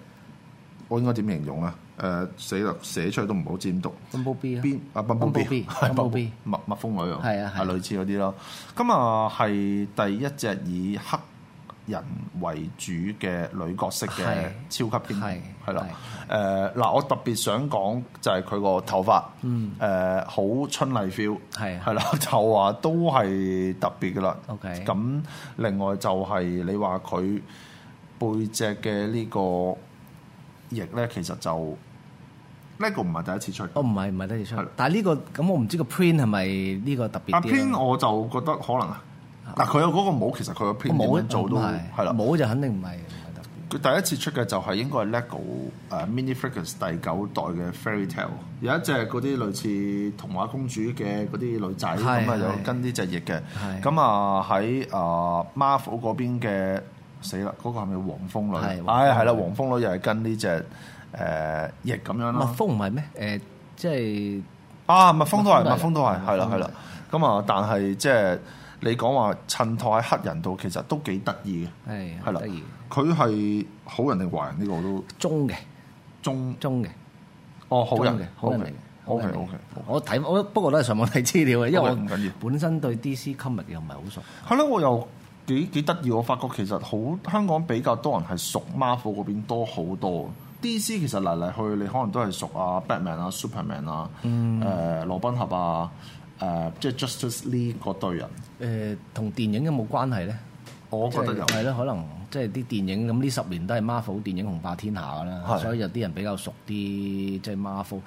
S4: 我應該點形容啊？誒、死啦，寫出嚟都唔好知點讀。
S5: Bumblebee 啊
S4: 邊啊 Bumblebee
S5: Bumblebee，
S4: 係
S5: Bumblebee
S4: 蜜蜜蜂女啊，
S5: 係啊係
S4: 係類似嗰啲咯。咁啊，係第一隻以黑人為主嘅女角色嘅
S5: 係
S4: 超級蝙蝠
S5: 係
S4: 係啦。誒嗱，我特別想講就係佢個頭髮，誒好春麗 feel，
S5: 嗯係啊
S4: 係啦， 就話都係特別噶啦。
S5: OK
S4: 咁另外就係你話佢背脊嘅呢個翼咧，其實就 LEGO 唔係第一次出。
S5: 哦，唔係唔係得你出
S4: 係，
S5: 但係呢個咁我唔知個 print 係咪呢個特別
S4: 阿
S5: 啲
S4: 編
S5: 啦
S4: 我就覺得可能啊，嗱佢有嗰個帽，其實佢個編點樣做都
S5: 哦啊唔係
S4: 係啦。
S5: 冇就肯定唔係唔係特別。
S4: 佢第一次出嘅就係應該係 LEGO 誒 Mini Figures 第九代嘅 Fairy Tale，有一隻嗰啲類似童話公主嘅嗰啲女仔
S5: 係
S4: 咁啊，有
S5: 係
S4: 跟呢隻翼嘅。
S5: 係
S4: 咁啊喺啊 Marvel 嗰邊嘅死啦，嗰個係咪黃蜂女？
S5: 係
S4: 唉係啦，黃蜂女又係跟呢隻誒翼咁樣
S5: 蜜
S4: 啦。
S5: 蜂唔係咩？誒，即係
S4: 啊，蜜蜂都係，蜜
S5: 蜜蜂
S4: 蜂
S5: 都
S4: 都
S5: 係
S4: 係，係啦，
S5: 蜜蜂
S4: 係
S5: 都係
S4: 啦。咁啊，但係即係你講話襯托喺黑人度，其實都幾得意
S5: 係啊
S4: 嘅，係啦
S5: 得意。
S4: 佢係好人定壞人呢個我都
S5: 中嘅
S4: 中
S5: 中嘅
S4: 哦，好人
S5: 中嘅好人嚟嘅。
S4: 好人
S5: 好人嚟嘅
S4: OK，
S5: 我睇我不過都係上網睇資料嘅，啊因為我
S4: 好嘅唔緊要
S5: 本身對 DC comic 又唔係好熟。
S4: 係咯，我又幾幾得意。我發覺其實好香港比較多人係熟 Marvel 嗰邊多好多。DC 其實嚟嚟去，你可能都係熟啊 Batman 啊 Superman 啊，
S5: 嗯
S4: 誒羅賓俠啊，誒即係 Justice League 嗰隊人，
S5: 誒，同電影有冇關係咧？
S4: 我覺得有。
S5: 係咯，可能即係啲電影咁呢十年都係 Marvel 電影紅霸天下㗎啦，
S4: 係
S5: 所以有啲人比較熟啲即係 Marvel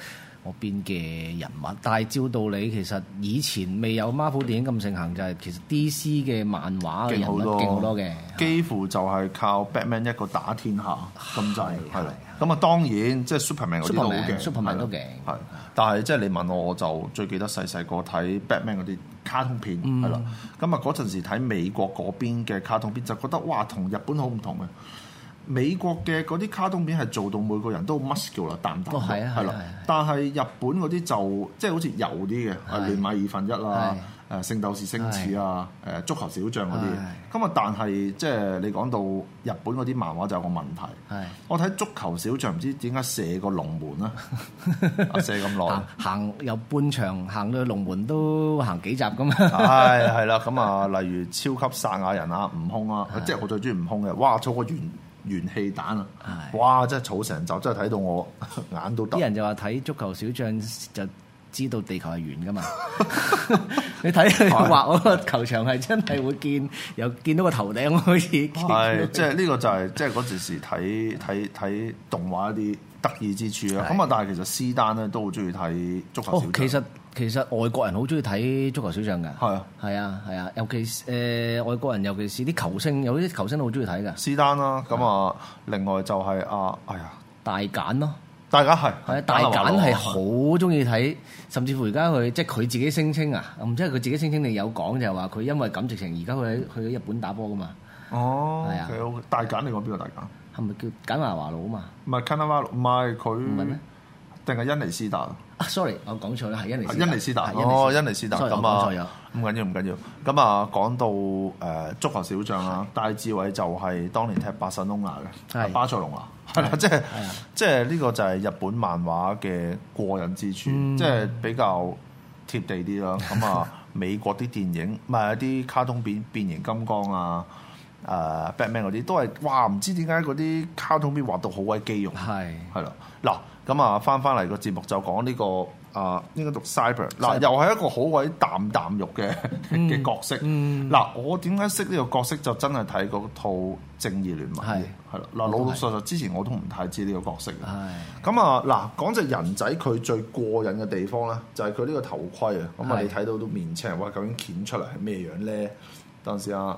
S5: 嗰邊嘅人物。但係照道理其實以前未有 Marvel 電影咁盛行，就係、其實 DC 嘅漫畫嘅
S4: 勁
S5: 人
S4: 好
S5: 物
S4: 多，
S5: 勁好多嘅。
S4: 幾乎就係靠 Batman 一個打天下咁滯，係
S5: 係
S4: 啦。咁啊，當然即係 Superman 嗰啲都好
S5: Superman
S4: 勁
S5: Superman 都
S4: 係啦
S5: 勁
S4: 係。但係即係你問我，我就最記得細細個睇 Batman 嗰啲卡通片
S5: 嗯
S4: 係啦。咁啊嗰陣時睇美國嗰邊嘅卡通片，就覺得哇同日本好唔同嘅。美國嘅嗰啲卡通片係做到每個人都 muscular 淡淡
S5: 哦
S4: 嘅，
S5: 係啊係啊
S4: 啦
S5: 係啊。
S4: 但係日本嗰啲就即係好似油啲嘅，啊
S5: 係
S4: 亂馬二分一啦，誒聖鬥士星矢啊，誒足球小將嗰啲嘢。咁啊，但係即係你講到日本嗰啲漫畫就有個問題。
S5: 係
S4: 我睇足球小將唔知點解射個龍門 啦，啊射咁耐
S5: 行。行由半場行到去龍門都行幾集咁 啊！
S4: 唉，係啦，咁啊，例如超級撒亞人啊、悟空啊，即係我最中意悟空嘅。哇，儲個元元氣彈啊！
S5: 係
S4: 哇，真係儲成集，真係睇到我 眼都突
S5: 啲。人就話睇足球小將就知道地球係圓 噶嘛。 你睇佢畫嗰個球場係真係會見， 又見到個頭頂可以見到。
S4: 係，哦即係呢個就係即係嗰陣時睇睇睇動畫一啲得意之處啊！咁啊，但係其實斯丹咧都好中意睇足球小
S5: 哦
S4: 將，
S5: 其實其實外國人好中意睇足球小將㗎。
S4: 係啊，
S5: 係啊，係啊，尤其是誒、外國人，尤其是啲球星，有啲球星都好中意睇㗎，
S4: 斯丹啦，咁啊，另外就係啊，哎呀，
S5: 大簡咯。
S4: 大家係哦
S5: 係啊，大簡係好中意睇，甚至乎而家佢即係佢自己聲稱啊，唔知係佢自己聲稱定有講就係話佢因為咁直情而家佢喺去咗日本打波噶嘛，
S4: 哦
S5: 係啊
S4: ，OK，好大簡你講邊個大簡？
S5: 係咪叫簡華華佬啊嘛？
S4: 唔係 c a n a v a l 唔係佢，
S5: 唔係咩
S4: 定係恩尼斯達？
S5: 啊，sorry，我講錯啦，係恩尼斯達
S4: 恩尼斯達
S5: 係
S4: 哦，恩尼斯達
S5: Sorry，
S4: 咁
S5: 我講錯咗
S4: 啊，唔緊要唔緊要。咁啊，講到誒足球小將啦，戴志偉就係當年踢巴塞隆拿嘅，啊
S5: 係啊
S4: 巴塞隆拿係啦，即係即係呢個就係日本漫畫嘅過人之處，
S5: 嗯
S4: 即係比較貼地啲 啦。咁啊，美國啲電影唔係啲卡通片變形金剛啊。誒、Batman 嗰啲都係哇，唔知點解嗰啲卡通片畫到好鬼肌肉，
S5: 係
S4: 係啦，嗱咁啊，翻翻嚟個節目就講呢、個啊、應該讀 cyber，嗱嗯又係一個好鬼淡淡肉嘅嘅角色。嗱、我點解識呢個角色就真係睇嗰套《正義聯盟》
S5: 係
S4: 係啦，嗱老老實實之前我都唔太知呢個角色嘅。
S5: 係
S4: 咁啊，嗱，講隻人仔佢最過癮嘅地方咧，就係佢呢個頭盔啊。咁啊，
S5: 係
S4: 你睇到都面青，哇，究竟掀出嚟係咩樣咧？等陣先啊，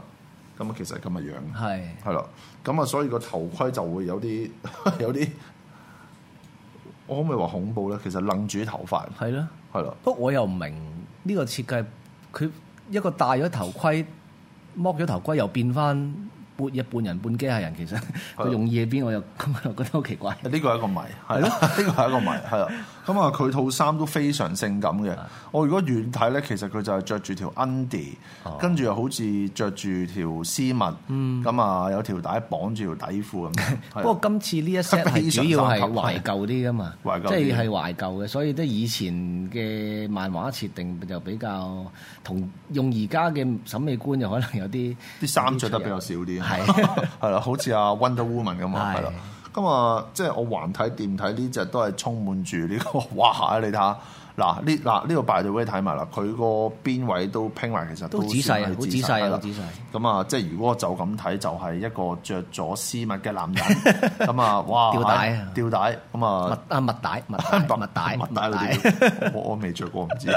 S4: 咁啊，其實係咁嘅樣嘅。
S5: 係
S4: 係啦，咁啊，所以個頭盔就會有啲 有啲，我可唔可以話恐怖咧？其實楞住啲頭髮，
S5: 係咯，
S4: 係啦，
S5: 不過我又唔明呢個設計，佢一個戴咗頭盔，剝咗頭盔又變翻半日半人半機械人，其實
S4: 咯
S5: 佢用意喺邊，我又 咁我又覺得好奇怪。
S4: 呢個係一個謎，係咯， 呢個係一個謎，係啦。咁 啊，佢套衫都非常性感嘅。我如果遠睇咧，其實佢就係着住條 under，跟住又好似着住條絲襪，咁啊有條帶綁住條底褲咁 樣。係啊
S5: 不過今次呢一 set 係主要係懷舊啲噶嘛，
S4: 懷舊啲
S5: 即係係懷舊嘅，所以都以前嘅漫畫設定就比較同用而家嘅審美觀就可能有啲啊
S4: 啲衫着得比較少啲，
S5: 係
S4: 係啦，好似阿 Wonder Woman 咁啊，
S5: 係
S4: 係啦。咁啊，即係我橫睇掂睇呢只都係充滿住呢個 哇！你睇下嗱呢嗱呢個 by the way 睇埋啦，佢個邊位都拼埋，其實
S5: 都仔細啊
S4: 算係
S5: 好仔細啊
S4: 係啦
S5: 好仔細
S4: 咁啊，即係如果我就咁睇，就係一個着咗絲襪嘅男 人。咁啊，哇！
S5: 吊帶啊
S4: 吊帶咁啊
S5: 密。啊密帶密帶密帶
S4: 物帶嗰啲，我我未着過，唔 知。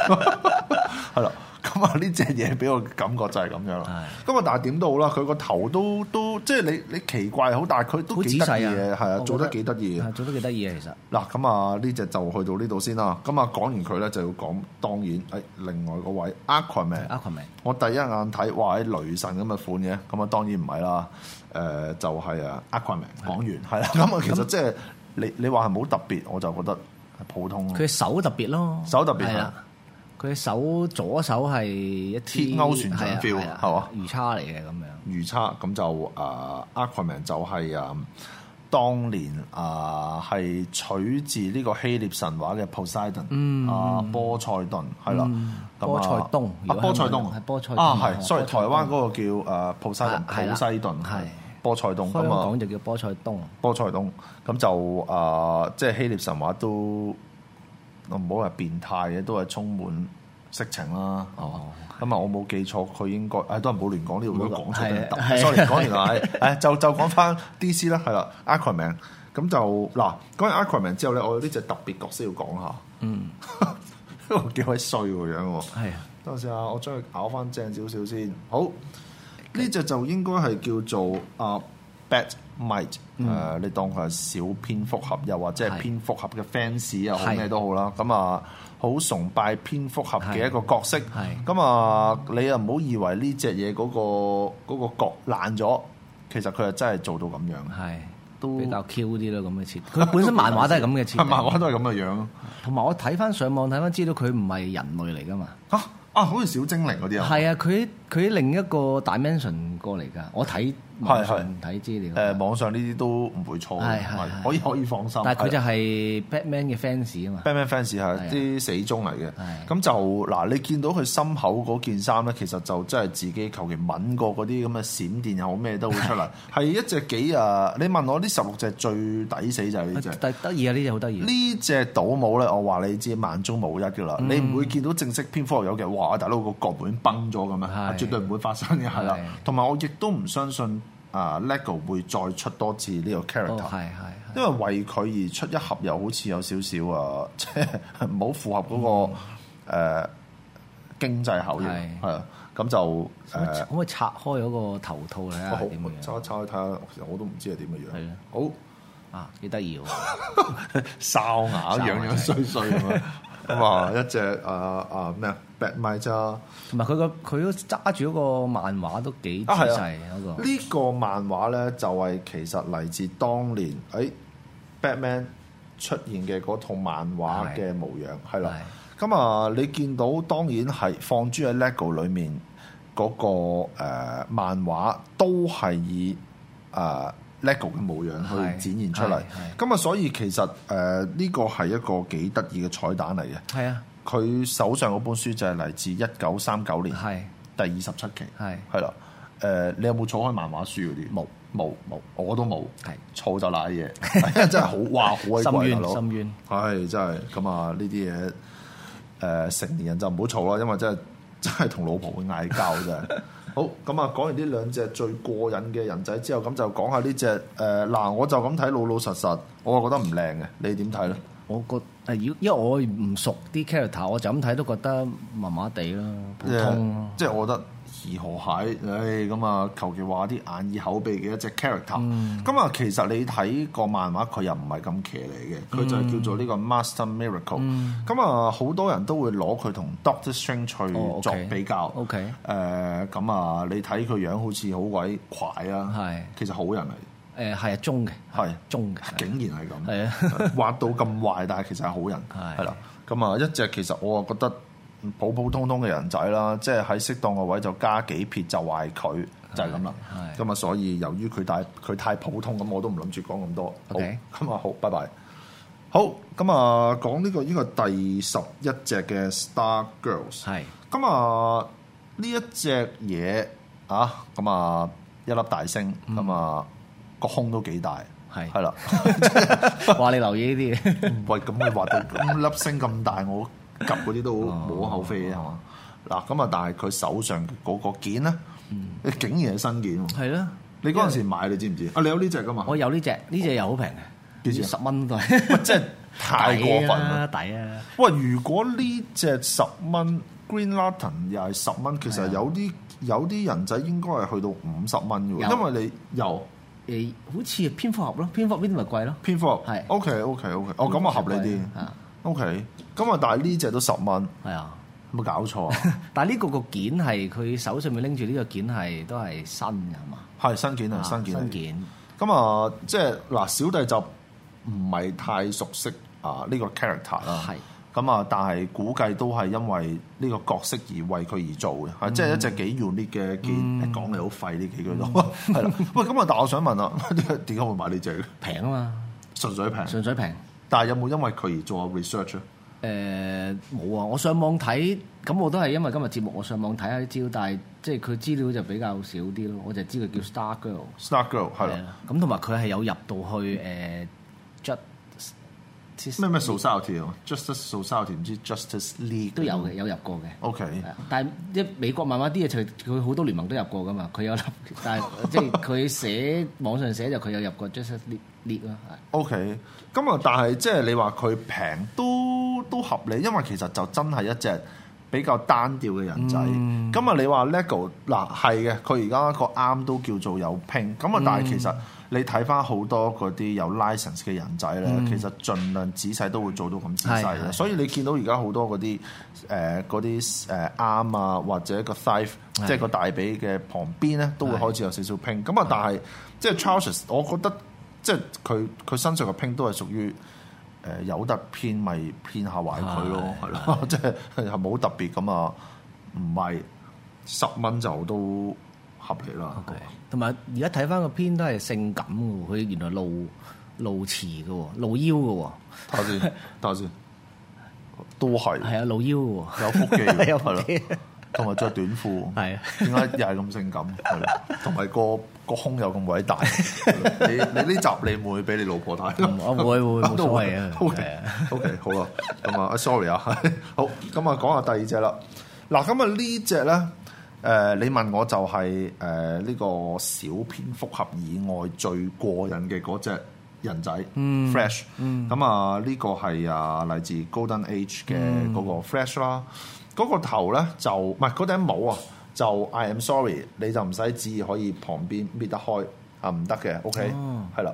S4: 係啦，咁啊呢只嘢俾我感覺就係咁樣啦。咁啊，但係點都好啦，佢個頭都都即係你你奇怪好，但係佢都
S5: 好仔
S4: 幾得意
S5: 細
S4: 嘅，
S5: 啊，
S4: 係啊
S5: 我，覺
S4: 做得幾得意嘅
S5: 係。做得幾得意啊，其實
S4: 嗱，咁啊呢只就去到呢度先啦。咁啊講完佢咧就要講，當然誒、另外嗰位 Aquaman。
S5: 阿群明
S4: 我第一眼睇，哇！啲雷神咁嘅款嘅，咁啊當然唔係啦。誒、就係、啊 Aquaman 講完係啦。咁啊其實即係你你話係冇特別，我就覺得係普通咯
S5: 佢。手特別咯，
S4: 手特別啊
S5: 係啦。佢手左手係一支
S4: 鐵鈎船長
S5: 係啊
S4: feel，
S5: 係啊
S4: 係嘛
S5: 魚叉嚟嘅咁樣。
S4: 預測，咁啊就啊、Aquaman 就係、啊、當年啊係、取自呢個希臘神話嘅 Poseidon，、啊波塞頓係啦，咁啊
S5: 嗯波塞冬
S4: 啊
S5: 如果
S4: 波塞
S5: 香港
S4: 冬
S5: 人係波塞冬
S4: 啊
S5: 係
S4: 係，sorry 台
S5: 波塞冬
S4: 灣嗰個叫啊 Poseidon
S5: 啊係啦
S4: 普西頓
S5: 係
S4: 波塞冬
S5: 香
S4: 咁啊
S5: 港。就叫波塞冬，
S4: 波塞冬，咁就啊、即係希臘神話都我唔好話變態嘅，都係充滿色情啦，係嘛？咁啊，我冇記錯，佢應該，啊誒都係唔好亂講呢啊度，如果講錯
S5: 係
S4: 就
S5: 係
S4: 得。sorry，講完 啦，係誒就就講翻 DC 啦，係啦，Aquaman，咁就嗱講完 Aquaman 之後咧，我有呢只特別角色要講下，
S5: 嗯，
S4: 因 為我幾鬼衰個樣喎。
S5: 係啊，
S4: 等陣先啊，我將佢搞翻正少少先。好，呢只就應該係叫做啊 Bat Mite，誒你當佢係小蝙蝠俠，又或者係
S5: 嗯係
S4: 蝙蝠俠嘅 fans 又好
S5: 係
S4: 咩都好啦。咁啊，好崇拜蝙蝠俠嘅一個角色。
S5: 係
S4: 咁啊，你又唔好以為呢只嘢嗰個嗰個角爛咗，其實佢係真係做到咁樣。
S5: 係。啊
S4: 都
S5: 比較 Q 啲咯，咁嘅設定。佢本身漫畫都係咁嘅設
S4: 係 漫
S5: 定，
S4: 畫都係咁嘅樣
S5: 同埋我睇翻上網睇翻資料，佢唔係人類嚟噶嘛。
S4: 嚇啊，好似小精靈嗰啲啊。
S5: 係啊，佢佢另一個 dimension 過嚟㗎，我睇網上
S4: 係
S5: 睇資料。
S4: 誒網上呢啲都唔會錯嘅，
S5: 係係
S4: 係
S5: 係
S4: 可以可以放心。
S5: 但係佢
S4: 係
S5: 就係 Batman 嘅 fans 啊嘛。
S4: Batman fans
S5: 係
S4: 係
S5: 啊
S4: 啲死忠嚟嘅，
S5: 係
S4: 咁就嗱，你見到佢心口嗰件衫咧，其實就真係自己求其揾過嗰啲咁嘅閃電又好咩都會 出嚟，係一隻幾啊！你問我呢十六隻最抵死就係呢隻。
S5: 得得意啊！呢只好得意。
S4: 呢只倒帽咧，我話你知萬中無一噶啦，
S5: 嗯
S4: 你唔會見到正式蝙蝠俠有嘅，哇！大佬個角本崩咗咁樣，
S5: 係
S4: 絕對唔會發生嘅，係啦
S5: 係。
S4: 同埋我亦都唔相信啊 LEGO 會再出多次呢個
S5: 哦，
S4: character，
S5: 係係
S4: 因為為佢而出一盒又好似有少少啊， 即係唔好符合嗰個誒經濟效益，
S5: 係
S4: 嗯係啊，咁就
S5: 係。
S4: 誒
S5: 可唔可以拆開嗰個頭套睇
S4: 我
S5: 下
S4: 好
S5: 點樣？
S4: 抄一抄去睇下，其實我都唔知係點嘅
S5: 係
S4: 樣
S5: 啊。
S4: 好。
S5: 啊，幾得意喎！
S4: 哨牙樣樣衰衰咁樣， 咁啊一隻啊啊咩啊 Bad m i 啫，啊
S5: 同埋佢個佢都揸住嗰個漫畫都幾仔
S4: 係
S5: 細
S4: 啊，
S5: 嗰個。
S4: 呢個漫畫咧就係其實嚟自當年誒 Batman 出現嘅嗰套漫畫嘅模樣，係啦。咁啊，你見到當然係放諸喺 LEGO 裏面嗰、個、呃、漫畫都係以誒、呃 LEGO 嘅模樣去
S5: 係
S4: 展現出嚟
S5: 係。係
S4: 咁啊，所以其實誒呢、個係一個幾得意嘅彩蛋嚟嘅。
S5: 係啊，
S4: 佢手上嗰本書就係嚟自一九三九年
S5: 係
S4: 第二十七期，
S5: 係
S4: 係啦。誒、你有冇儲開漫畫書嗰啲？冇冇冇，我都冇。
S5: 係
S4: 儲就賴嘢， 係啊真係好哇，好鬼
S5: 深
S4: 貴大
S5: 淵
S4: 佬。
S5: 深淵。
S4: 係真係咁啊！呢啲嘢誒成年人就唔好嘈啦，因為真係 真係同老婆會嗌交真 係。好咁啊！講完呢兩隻最過癮嘅人仔之後，咁就講下呢只誒嗱，我就咁睇老老實實，我啊覺得唔靚嘅，你點睇咧？
S5: 我覺誒，如因為我唔熟啲 character，我就咁睇都覺得麻麻地啦，普通咯。
S4: 即係我覺得二河蟹，唉咁啊，求其話啲眼耳口鼻嘅一隻 character。咁
S5: 嗯
S4: 啊、其實你睇個漫畫，佢又唔係咁騎呢嘅，佢就
S5: 嗯
S4: 係叫做呢個 Master Miracle。咁啊、好多人都會攞佢同 Doctor Strange
S5: 哦
S4: 去
S5: ，OK
S4: 作比較。
S5: OK
S4: 誒咁啊，你睇佢樣好似好鬼怪啊，
S5: 係
S4: 其實好人嚟，
S5: 誒係啊，中嘅
S4: 係
S5: 中嘅，
S4: 竟然係咁。
S5: 係啊。
S4: 畫到咁壞，但係其實係好人，
S5: 係
S4: 係啦。咁啊，一隻其實我啊覺得普普通通嘅人仔啦，即係喺適當嘅位就加幾撇就壞佢，就係咁啦
S5: 係。
S4: 咁啊，所以由於佢太佢太普通，咁我都唔諗住講咁多。好，
S5: OK
S4: 咁啊好，拜拜。好，咁啊講呢個呢個第十一隻嘅 Star Girls。
S5: 係
S4: 咁啊，呢一隻嘢啊，咁啊一粒大星，咁啊個胸都幾大，
S5: 嗯係
S4: 係啦。
S5: 話你留意呢啲嘢，
S4: 喂，咁你話到咁粒星咁大，我及嗰啲都
S5: 哦
S4: 無可厚非嘅啊係嘛？嗱，咁啊，但係佢手上嗰個件咧，竟然係新件喎。
S5: 嗯係啦。
S4: 你嗰陣時買你知唔知？啊，你有呢只噶嘛？
S5: 我有呢只，呢只又好平
S4: 幾
S5: 嘅，
S4: 錢啊
S5: 十蚊都
S4: 喂
S5: 係。
S4: 真係太過分啦！
S5: 抵啊！
S4: 喂，如果呢只十蚊 Green Lantern 又係十蚊，其實
S5: 啊
S4: 有啲有啲人仔應該係去到五十蚊嘅喎，
S5: 有
S4: 因為你由
S5: 誒，好似係蝙蝠俠咯，蝙蝠俠呢啲咪貴咯。
S4: 蝙蝠
S5: 係
S4: OK OK OK，哦咁啊合理啲
S5: 啊，
S4: OK，咁啊但係呢只都十蚊，
S5: 係啊。
S4: 有冇搞錯 啊？
S5: 但係呢個個件係佢手上面拎住呢個件係都係新嘅係嘛？
S4: 係新件啊，新件嚟嘅
S5: 新件
S4: 咁啊，即係嗱，小弟就唔係太熟悉啊呢個 character 啦。
S5: 係
S4: 咁啊，但係估計都係因為呢個角色而為佢而做嘅，係
S5: 嗯
S4: 即係一隻幾 unique 嘅件。講你好廢呢幾句都
S5: 嗯
S4: 係啦。喂，咁啊，但我想問啊， 點解會買呢只嘅？
S5: 平啊嘛，
S4: 純粹平，
S5: 純粹平。
S4: 但係有冇因為佢而做啊 research 咧？
S5: 誒冇啊！我上網睇，咁我都係因為今日節目，我上網睇下啲資料，但係即係佢資料就比較少啲咯。我就知佢叫 Star Girl，
S4: Star Girl 係啦，
S5: 啊咁同埋佢係有入到去誒 Just
S4: 咩咩 society 啊，Justice Society 唔知 Justice League
S5: 都有嘅，。有入過嘅。
S4: OK，
S5: 係啊但係即係美國漫畫啲嘢，佢佢好多聯盟都入過噶嘛，佢有入， 但係即係佢寫網上寫就佢有入過 Justice League- League 咯，係
S4: O.K. 咁啊，但係即係你話佢平都都合理，因為其實就真係一隻比較單調嘅人仔。
S5: 嗯
S4: 咁啊、你話 LEGO 嗱係嘅，佢而家個啱都叫做有拼。咁
S5: 嗯
S4: 啊，但係其實你睇翻好多嗰啲有 license 嘅人仔咧，其實盡量仔細都會做到咁仔細
S5: 嗯係
S4: 嘅。
S5: 係
S4: 所以你見到而家好多嗰啲誒嗰啲誒啱啊，或者個 thighs 即係個大髀嘅旁邊咧，都會開始有少少拼。咁啊，但係即係 Charles，我覺得。即係佢佢身上嘅拼都係屬於誒、呃有得偏咪 偏下壞佢咯，係咯，即係係冇特別咁啊，唔係十蚊就都合理啦。
S5: OK，同埋而家睇翻個片都係性感嘅喎，佢原來露露臍嘅喎，露腰嘅
S4: 睇下先，睇下先，都係
S5: 喎，係啊，露腰嘅喎，
S4: 有腹肌嘅，
S5: 有
S4: 係
S5: 腹
S4: 啦
S5: 肌，
S4: 同埋着短褲，
S5: 係啊
S4: 點解又係咁性感？係啦，同埋個個胸又咁偉大。 你你呢集你會唔會俾你老婆睇？
S5: 嗯我會會冇所 謂啊
S4: O
S5: 係
S4: K
S5: 啊
S4: O K 好啦，咁啊，sorry 啊， 好，咁啊，講下第二隻啦。嗱，咁啊呢只咧。誒、你問我就係誒呢個小蝙蝠俠以外最過癮嘅嗰只人仔、Flash，咁啊呢個係啊嚟自 Golden Age 嘅嗰個 Flash 啦，嗰、個頭咧就唔係嗰頂帽啊，就 I am sorry，你就唔使旨意可以旁邊搣得開啊，唔得嘅，OK，係啦、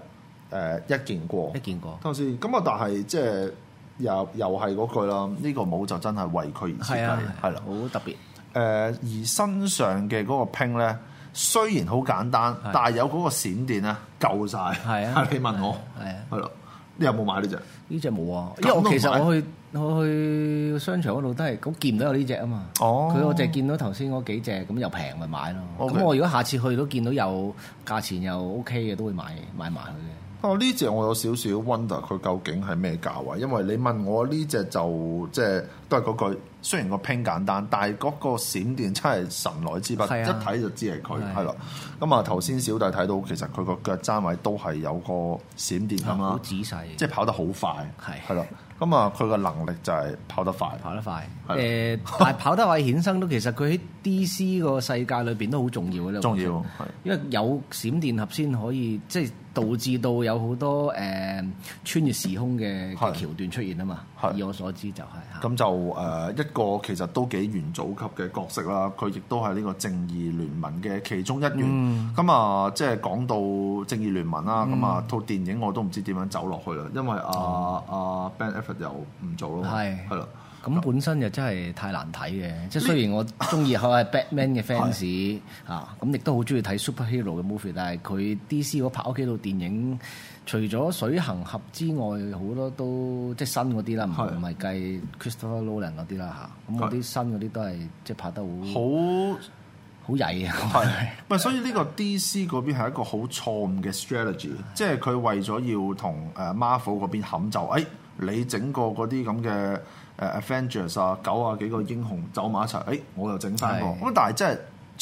S4: 誒一件過
S5: 一。見過。
S4: 等陣先，咁啊，但係即係又又係嗰句啦，呢、個帽就真係為佢而設
S5: 係啊
S4: 計，，係啦、
S5: 好特別，
S4: 誒、而身上嘅嗰個拼咧，雖然好簡單，但係有嗰個閃電咧夠晒。
S5: 係 啊
S4: 你問我
S5: 係啊
S4: 係咯，你有冇買呢只？
S5: 呢只冇啊，因
S4: 咁
S5: 為
S4: 都唔
S5: 我其實
S4: 買
S5: 我去我去商場嗰度都係咁見唔到有呢只啊嘛。
S4: 哦
S5: 佢我就係見到頭先嗰幾隻，咁又平咪買咯。咁
S4: OK
S5: 我如果下次去都見到有價錢又 OK 嘅，都會買買埋佢嘅。
S4: 哦，呢只我有少少 wonder 佢究竟係咩價位，因為你問我呢只就即係都係嗰句，雖然個拼簡單，但係嗰個閃電真係神來之筆，
S5: 係啊
S4: 一睇就知係佢
S5: 係
S4: 係啦。咁啊頭先小弟睇到其實佢個腳踭位都係有個閃電咁
S5: 啊好
S4: 啦，
S5: 仔細，
S4: 即係跑得好快，
S5: 係
S4: 係啦。咁啊佢個能力就係跑得快，
S5: 跑得快。
S4: 係
S5: 誒， 但係跑得快衍生都其實佢喺 DC 個世界裏邊都好重要嘅呢個
S4: 重要
S5: 角色
S4: 係。
S5: 因為有閃電俠先可以即係導致到有好多誒、穿越時空嘅
S4: 係
S5: 嘅橋段出現啊嘛
S4: 係。
S5: 以我所知就係、嚇。
S4: 咁就誒、呃一個其實都幾元祖級嘅角色啦，佢亦都係呢個正義聯盟嘅其中一員。咁啊、即係講到正義聯盟啦，咁啊套電影我都唔知點樣走落去啦，因為啊啊 Ben Affleck 又唔做咯，
S5: 係
S4: 係啦。
S5: 咁本身就真係太難睇嘅，即係雖然我中意佢係 Batman 嘅 fans 啊，咁亦都好中意睇 superhero 嘅 movie，但係佢 DC 嗰拍屋企套電影，除咗水行俠之外，好多都即係新嗰啲啦，唔
S4: 係
S5: 唔係計 Christopher Nolan 嗰啲啦嚇，咁嗰啲新嗰啲都係即係拍得好
S4: 好
S5: 好曳啊，
S4: 係，唔係所以呢個 DC 嗰邊係一個好錯誤嘅 strategy，即係佢為咗要同誒 Marvel 嗰邊冚就，誒、哎你整個嗰啲咁嘅誒 Avengers 啊九啊幾個英雄走埋一齊，誒、哎我又整翻個，
S5: 係
S4: 咁但係真係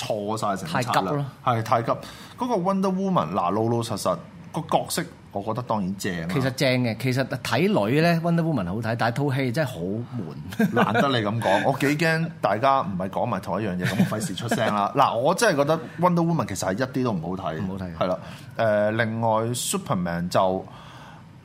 S4: 錯晒成個
S5: 太急
S4: 策略
S5: 咯，
S4: 係太急。嗰、個 Wonder Woman 嗱老老實實個角色，我覺得當然正啊啦
S5: 其實正嘅，其實睇女咧 Wonder Woman 好睇，但係套戲真係好悶。
S4: 難得你咁講，我幾驚大家唔係講埋同一樣嘢，咁我費事出聲 啦。嗱，我真係覺得 Wonder Woman 其實係一啲都唔好睇，
S5: 唔好睇
S4: 係啦。誒、另外 Superman 就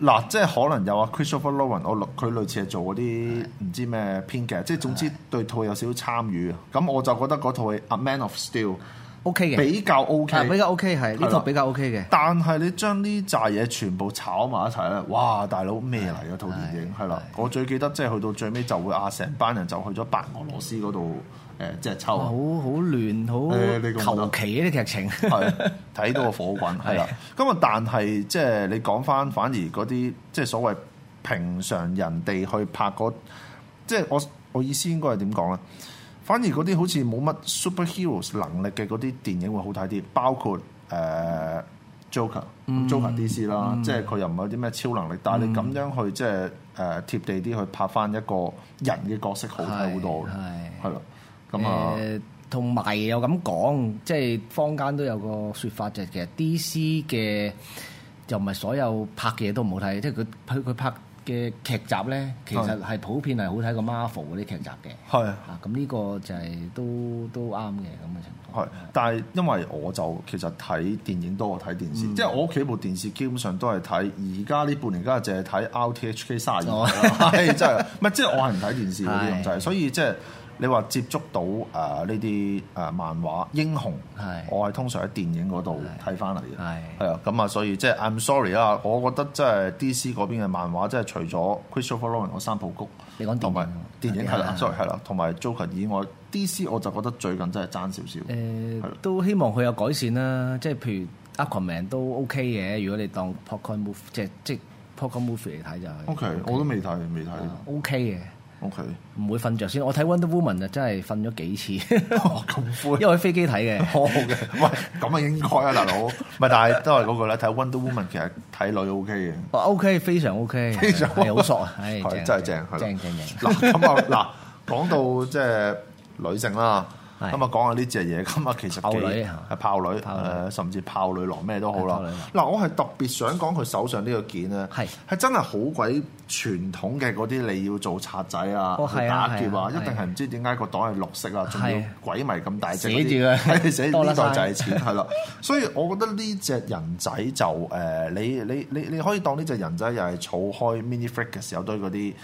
S4: 嗱，即係可能有啊 Christopher Nolan，我類佢類似係做嗰啲唔知咩編劇，即係總之對套有少少參與。咁我就覺得嗰套戲《A Man of Steel
S5: OK》嘅，
S4: 比較 OK，
S5: 啊比較 OK 係
S4: 係
S5: 呢
S4: 啦
S5: 套比較 OK 嘅。
S4: 但係你將呢扎嘢全部炒埋一齊咧，哇！大佬咩嚟嘅套電影係啦，我最記得即係去到最尾就會啊，成班人就去咗白俄羅斯嗰度誒，即係
S5: 好
S4: 抽，
S5: 好
S4: 啊
S5: 亂，
S4: 誒你覺得
S5: 好求其啊嗰啲劇情。
S4: 係睇到個火滾係啦。咁啊，但係即係你講翻，反而嗰啲即係所謂平常人哋去拍嗰，即係我我意思應該係點講咧？反而嗰啲好似冇乜 superheroes 能力嘅嗰啲電影會好睇啲，包括誒、呃 Joker、Joker
S5: 嗯
S4: DC 啦，即係佢又唔係有啲咩超能力，但係你咁樣去即係誒貼地啲去拍翻一個人嘅角色好睇好多嘅，
S5: 嗯係
S4: 係咯，咁啊
S5: 誒同埋又咁講，即係坊間都有個説法就係其實 DC 嘅又唔係所有拍嘅嘢都唔好睇，即係佢佢佢拍嘅劇集咧，其
S4: 嗯
S5: 實係普遍係好睇過 Marvel 嗰啲劇集嘅。
S4: 係。
S5: 啊，咁呢個就係都都啱嘅咁嘅情況。
S4: 係，但係因為我就其實睇電影多過睇電視，
S5: 嗯
S4: 即係我屋企部電視基本上都係睇而家呢半年，而家淨係睇 RTHK 三廿二
S5: 哦
S4: 啦， 係真係，唔係即係我係唔睇電視嗰啲咁
S5: 係
S4: 滯，所以即係你話接觸到誒呢啲誒漫畫英雄
S5: 係，
S4: 我係通常喺電影嗰度睇翻嚟嘅，
S5: 係
S4: 係啊，咁啊，所以即係 I'm sorry 啦，我覺得即係 DC 嗰邊嘅漫畫，即係除咗 Christopher Nolan 嗰三部曲，
S5: 你講電影
S4: 同埋電影係啦
S5: 係
S4: ，sorry 係啦，同埋 Joker 以外，DC 我就覺得最近真係爭少少。
S5: 誒、
S4: 係
S5: 都希望佢有改善啦，即係譬如 Aquaman 都 OK 嘅，如果你當 popcorn movie 即係即係 popcorn movie 嚟睇就係啊
S4: O K，我都未睇，未睇。
S5: OK 嘅。
S4: O K，
S5: 唔會瞓着先。我睇 Wonder Woman 就真係瞓咗幾次，
S4: 哦咁灰
S5: 因。為喺飛機 睇嘅。
S4: 好嘅， 喂，咁啊應該啊，大佬，咪但係都係嗰句啦，睇 Wonder Woman 其實睇女 O K 嘅，
S5: 哦 OK，非常 OK，
S4: 非常
S5: 係好索啊，唉
S4: 係真係正係啦
S5: 正正正。
S4: 嗱咁 啊嗱，講到即係女性啦。
S5: 係
S4: 咁啊，講下呢只嘢，咁啊其實幾
S5: 豹女啊
S4: 係豹女，
S5: 豹女
S4: 誒甚至豹女郎咩都好
S5: 係豹女
S4: 啦
S5: 郎。
S4: 嗱，我係特別想講佢手上呢個件咧，
S5: 係
S4: 係真係好鬼傳統嘅嗰啲，你要做賊仔啊
S5: 哦，
S4: 去
S5: 係啊
S4: 打劫
S5: 係
S4: 啊
S5: 啊，
S4: 一定係唔知點解個袋係綠色啊，仲
S5: 係
S4: 要
S5: 啊
S4: 鬼迷咁大隻嗰
S5: 寫住
S4: 啲，
S5: 嘅
S4: 係寫住
S5: 多
S4: 呢
S5: 啦
S4: 袋
S5: 晒
S4: 就係錢 係啦。所以我覺得呢只人仔就誒、呃你你你你可以當呢只人仔又係儲開 mini f r i g 嘅時候堆嗰啲。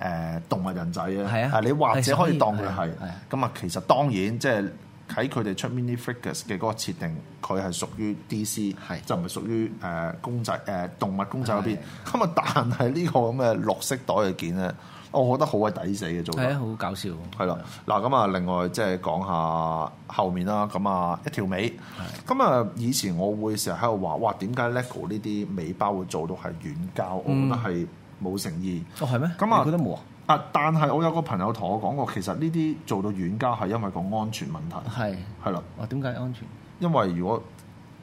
S4: 誒動物人仔啊，
S5: 係啊
S4: 你或者可以當佢係
S5: 係所以係啊係啊，
S4: 咁啊其實當然即係喺佢哋出 mini figures 嘅嗰個設定，佢係屬於 DC，
S5: 係
S4: 就唔係屬於誒公仔誒動物公仔嗰邊
S5: 係。
S4: 咁啊，但係呢個咁嘅綠色袋嘅件咧，我覺得好鬼抵死嘅做
S5: 係啊，
S4: 得。
S5: 好搞笑。
S4: 係啦，嗱咁啊，另外即係講下後面啦，咁啊一條尾，咁啊以前我會成日喺度話，哇點解 LEGO 呢啲尾包會做到係軟膠？我覺得係冇誠意。
S5: 嗯哦，係咩？
S4: 咁啊
S5: 你覺得冇啊？
S4: 啊！但係我有個朋友同我講過，其實呢啲做到軟膠係因為個安全問題，
S5: 係。
S4: 係啦，
S5: 哇，點解安全？
S4: 因為如果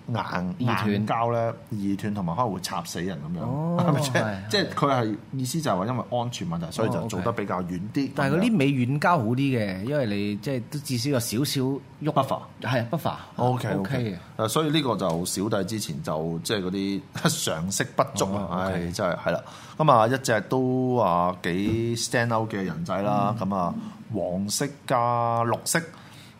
S4: 硬
S5: 易斷
S4: 硬膠咧，易斷同埋可能會插死人咁樣，
S5: 哦
S4: 係咪即係
S5: 係哦
S4: 即係佢係意思就係話因為安全問題，所以就做得比較軟啲。
S5: 但係嗰啲美軟膠好啲嘅，因為你即係都至少有少少喐
S4: Buffer
S5: 係啊 buffer。
S4: O K
S5: OK 嘅。
S4: 嘅，誒啊所以呢個就小弟之前就即係嗰啲 常識不足啊，
S5: 哦
S4: 唉
S5: OK
S4: 真係係啦。咁啊一隻都啊幾 stand out 嘅人仔啦，
S5: 嗯
S4: 咁啊黃色加綠色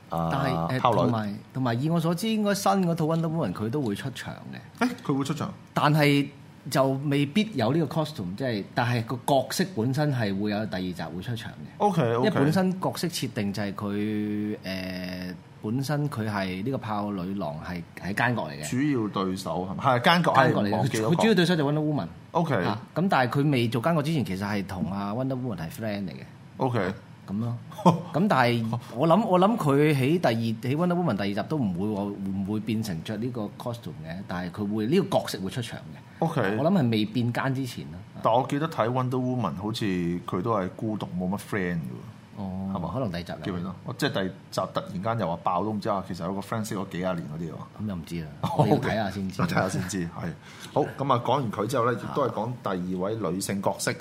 S5: 但
S4: 啊
S5: 係誒呃
S4: 拋
S5: 同
S4: 女，
S5: 埋同埋以我所知，應該新嗰套 Wonder Woman 佢都會出場嘅，
S4: 誒佢會出場。
S5: 但係就未必有呢個 costume，即係但係個角色本身係會有第二集會出場嘅。
S4: O K
S5: 因
S4: O
S5: 為
S4: K，
S5: 本身角色設定就係佢誒本身佢係呢個炮女郎係喺奸角嚟嘅，
S4: 主要對手係咪？係奸角
S5: 奸角嚟
S4: 係
S5: 嘅。
S4: 忘記
S5: 佢主要
S4: 咗
S5: 對手就 Wonder Woman
S4: O K
S5: 啊咁但係佢未做奸角之前，其實係同阿 Wonder Woman 係 friend 嚟嘅。
S4: O K，
S5: 咁咯，咁但係我諗我諗佢喺第二喺 Wonder Woman 第二集都唔會話會唔會變成着呢個 costume 嘅，但係佢會呢、個角色會出場嘅。
S4: OK，
S5: 我諗係未變奸之前啦。
S4: 但我記得睇 Wonder Woman 好似佢都係孤獨冇乜 friend 嘅
S5: 哦，
S4: 係嘛
S5: 可能第二集
S4: 喎，記
S5: 有
S4: 唔記得？我即係第二集突然間又話爆都唔知啊，其實有個 friend 識咗幾廿年嗰啲喎。
S5: 咁又 唔知啦，
S4: 好
S5: 我要睇下先知。
S4: 我 睇下先知，係好咁啊！講完佢之後咧，亦都係講第二位女性角色。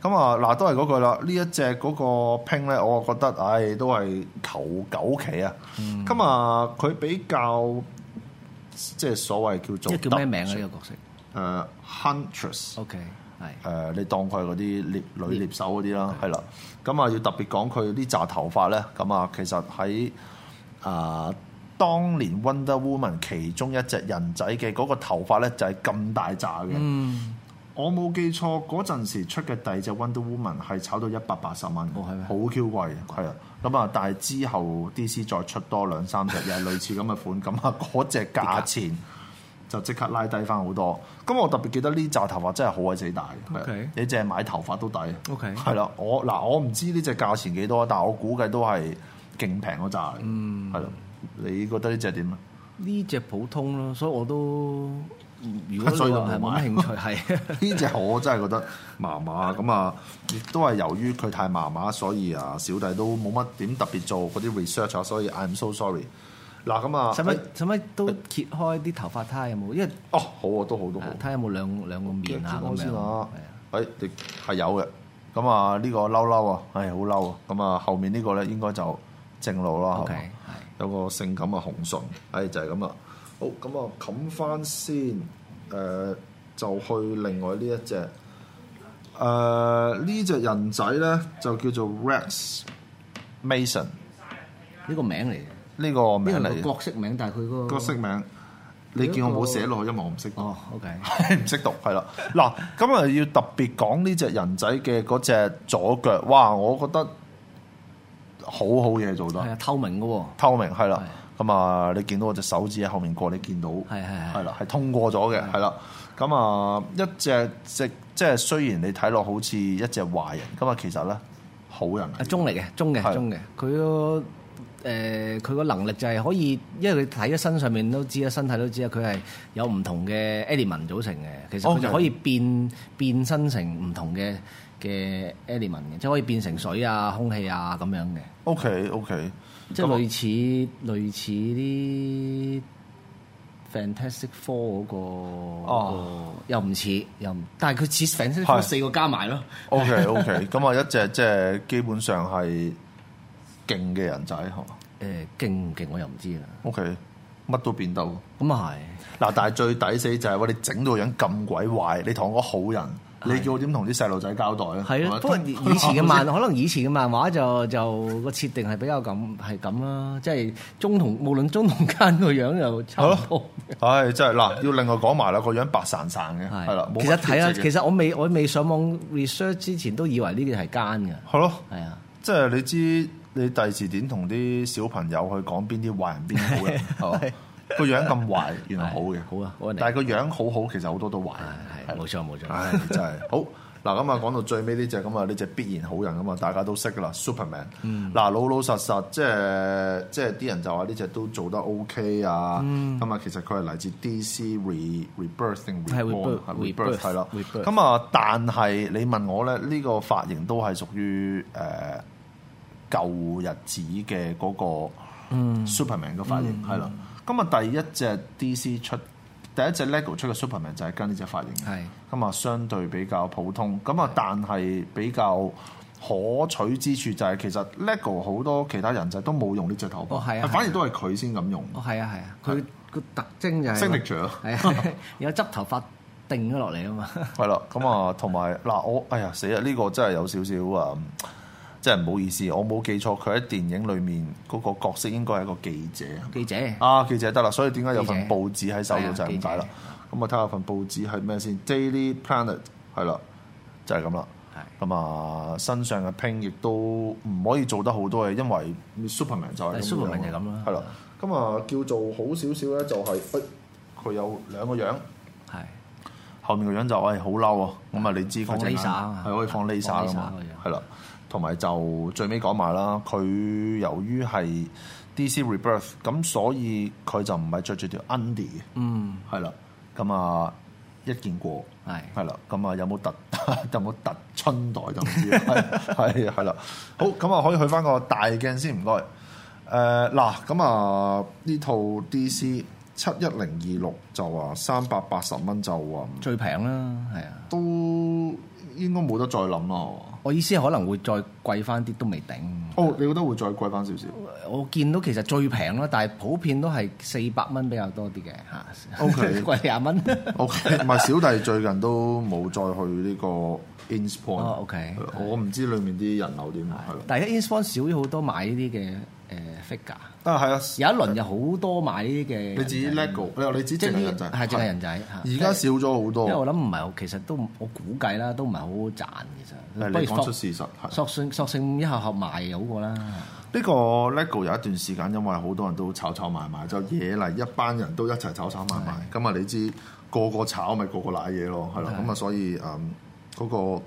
S4: 咁啊，嗱都係嗰句啦。呢一隻嗰個拼咧，我覺得唉都係求九期啊。
S5: 嗯
S4: 咁啊，佢比較即係所謂叫做
S5: 即係叫咩名啊？呢、個角色
S4: 誒 Huntress。
S5: OK 係
S4: 誒、呃你當佢係嗰啲獵女獵手嗰啲啦，係啦。咁啊，要特別講佢呢扎頭髮咧，咁啊，其實喺啊、當年 Wonder Woman 其中一隻人仔嘅嗰個頭髮咧，就係、咁大扎嘅。
S5: 嗯
S4: 我冇記錯，嗰陣時出嘅第二隻 Wonder Woman 係炒到一百八十蚊，
S5: 哦係咩
S4: 好 Q 貴，係啊。咁啊，但係之後 DC 再出多兩三隻，又係類似咁嘅款，咁啊嗰隻價錢就即刻拉低翻好多。咁我特別記得呢扎頭髮真係好鬼死大嘅，係啊
S5: OK
S4: 你淨係買頭髮都抵。
S5: OK
S4: 係啦，我嗱我唔知呢隻價錢幾多，但係我估計都係勁平嗰扎嚟。嗯，係咯，你覺得呢隻 點啊？
S5: 呢只普通咯，所以我都如果你
S4: 所以就
S5: 話係
S4: 冇
S5: 冇
S4: 買
S5: 乜興趣 係。
S4: 呢只我真係覺得麻麻咁啊，亦都係由於佢太麻麻，所以啊小弟都冇乜點特別做嗰啲 research 啊，所以 I'm so sorry。嗱咁啊，
S5: 使乜使乜都揭開啲頭髮睇下有冇，因為
S4: 哦好啊，都好都好。
S5: 睇下有冇兩兩個面啊咁
S4: 我先
S5: 樣。
S4: 啊
S5: 係啊，
S4: 誒你係有嘅。咁啊呢個嬲嬲啊，唉好嬲啊。咁啊後面呢個咧應該就正路啦，係
S5: OK
S4: 嘛
S5: 係。
S4: 有個性感嘅紅唇，唉就係咁啦。好咁啊冚翻先，誒就去另外呢一隻。誒呢只人仔咧就叫做 Rex Mason
S5: 呢個名嚟嘅，
S4: 呢個名
S5: 呢個
S4: 嚟
S5: 係
S4: 嘅
S5: 個角色名，但係佢嗰個
S4: 角色名，你見我冇寫落去，因為我唔識讀。
S5: 哦，OK，
S4: 唔識讀係啦。嗱，咁啊要特別講呢只人仔嘅嗰只左腳，哇！我覺得好好嘢做
S5: 係
S4: 得
S5: 啊，透明嘅喎，
S4: 透明係啦。咁啊，你見到我隻手指喺後面過，你見到
S5: 係係
S4: 係
S5: 係
S4: 啦，係通過咗嘅係啦。咁啊，一隻隻即係雖然你睇落好似一隻壞人，咁啊其實咧好人
S5: 啊
S4: 嚟
S5: 中嚟嘅，中
S4: 係
S5: 嘅，中嘅，佢個誒佢個能力就係可以，因為佢睇咗身上面都知啦，身體都知啦，佢係有哦唔同嘅 element 組成嘅，其實
S4: OK
S5: 佢就可以變變身成唔同嘅嘅 element 嘅，即係可以變成水啊、空氣啊咁樣嘅，
S4: O K O K，
S5: 即係類似類似啲 Fantastic Four 嗰、個，
S4: 哦
S5: 又唔似又唔，但係佢似
S4: 係
S5: Fantastic Four 四個加埋咯，
S4: O K O K，咁啊一隻即係基本上係勁嘅人仔係嘛
S5: 誒、勁唔勁我又唔知啊啦，
S4: ？O K，乜都變到。
S5: 咁啊係。
S4: 嗱，但係最抵死就係喂你整到個樣咁鬼壞，你同我個好人，你叫我點同啲細路仔交代啊？
S5: 係
S4: 係咪
S5: 咯，不過以以 前嘅漫，可能以前嘅漫畫就就個設定係比較咁係咁啦，即係中同無論中同間個樣又差唔多。
S4: 唉，真係嗱，要另外講埋啦，個樣白潺潺嘅，係啦，冇
S5: 其實
S4: 乜
S5: 睇啦，
S4: 血色嘅
S5: 其實我未我未上網 research 之前都以為呢啲係奸嘅，
S4: 係咯，
S5: 係啊，
S4: 即係你知你第時點同啲小朋友去講邊啲壞人邊啲好人，係嘛個樣咁壞，原來好嘅，
S5: 好啊好啊你
S4: 但係個樣好好，其實好多都壞，
S5: 係冇錯冇錯，
S4: 唉，真係好。嗱咁啊，講到最尾呢只咁啊，呢只必然好人咁啊，大家都識噶啦，Superman。嗱
S5: 嗯
S4: 老老實實，即係即係啲人就話呢只都做得 OK 啊。
S5: 嗯
S4: 咁啊，其實佢係嚟自 DC Re Rebirth 定
S5: 係
S4: Reborn
S5: Rebirth，
S4: 係 Rebirth
S5: Rebirth，
S4: 係啦。
S5: Rebirth
S4: 咁啊，但係你問我咧，呢個髮型都係屬於誒舊日子嘅嗰個
S5: 嗯
S4: Superman 嘅髮型係啦。咁啊，第一隻 DC 出第一隻 LEGO 出嘅 Superman 就係跟呢只髮型嘅。
S5: 係
S4: 咁啊相對比較普通，咁啊但係比較可取之處就係其實 LEGO 好多其他人仔都冇用呢隻頭髮，
S5: 哦係啊
S4: 反而都係佢先咁用。
S5: 哦係啊係啊，佢個特徵就係
S4: Signature 啊
S5: 係啊 有執頭髮定咗落嚟啊嘛，
S4: 係啦，咁啊，同埋嗱，我哎呀死啊！呢、個真係有少少啊，嗯真係唔好意思，我冇記錯，佢喺電影裏面嗰個角色應該係一個記者
S5: 記者
S4: 啊，記者得啦，所以點解有份
S5: 記者
S4: 報紙喺手度就係咁解啦
S5: 係啊。
S4: 咁啊，睇下份報紙係咩先，Daily Planet 係啦，就係咁啦。
S5: 係
S4: 咁啊，身上嘅拼亦都唔可以做得好多嘢，因為 Superman 就係咁樣
S5: 係 Superman 就係咁啦
S4: 係啦。咁啊，叫做好少少咧，就係哎佢有兩個樣。
S5: 係
S4: 後面個樣就誒好嬲啊！咁啊，你知佢隻眼
S5: 放 laser 啊
S4: 係可以放
S5: 放
S4: laser 噶
S5: laser
S4: 嘛
S5: 嗰個樣，
S4: 係啦。同埋就最尾講埋啦，佢由於係 DC Rebirth，咁所以佢就唔係着住條 under 嘅，
S5: 嗯
S4: 係啦。咁啊，一件過。
S5: 係
S4: 係啦，咁啊有冇突 有冇突春袋就唔知啦， 係係係啦。好，咁啊可以去翻個大鏡先，唔該。誒、嗱，咁啊呢套 DC 七一零二六就話三百八十蚊就話
S5: 最平啦，係啊。
S4: 都應該冇得再諗啦。
S5: 我意思係可能會再貴翻啲都未頂。
S4: 哦，你覺得會再貴翻少少
S5: 我見到其實最平啦，但係普遍都係四百蚊比較多啲嘅嚇。
S4: OK 哦
S5: 貴 廿蚊。
S4: ？OK，唔係小弟最近都冇再去呢個 Insport。
S5: 哦，OK
S4: 我唔知裡面啲人流點係啦。
S5: 但係 Inspon 少咗好多買呢啲嘅誒 figure，
S4: 啊，係啊，
S5: 有一輪有好多買呢啲嘅。
S4: 你指 LEGO，你話你指
S5: 即
S4: 淨係
S5: 係呢
S4: 人仔，
S5: 係淨係人仔嚇。
S4: 而家少咗好
S5: 因為我
S4: 多。
S5: 諗唔係好，其實都唔我估計啦，都唔係好好賺
S4: 誒
S5: 其實。
S4: 你講
S5: 索
S4: 出事實係
S5: 索性索性一盒盒賣好過啦。
S4: 呢個 LEGO 有一段時間，因為好多人都炒炒賣賣，就惹嚟一班人都一齊炒炒賣賣。咁啊，你知個個炒咪個個賴嘢咯，係啦。咁啊，所以誒嗰個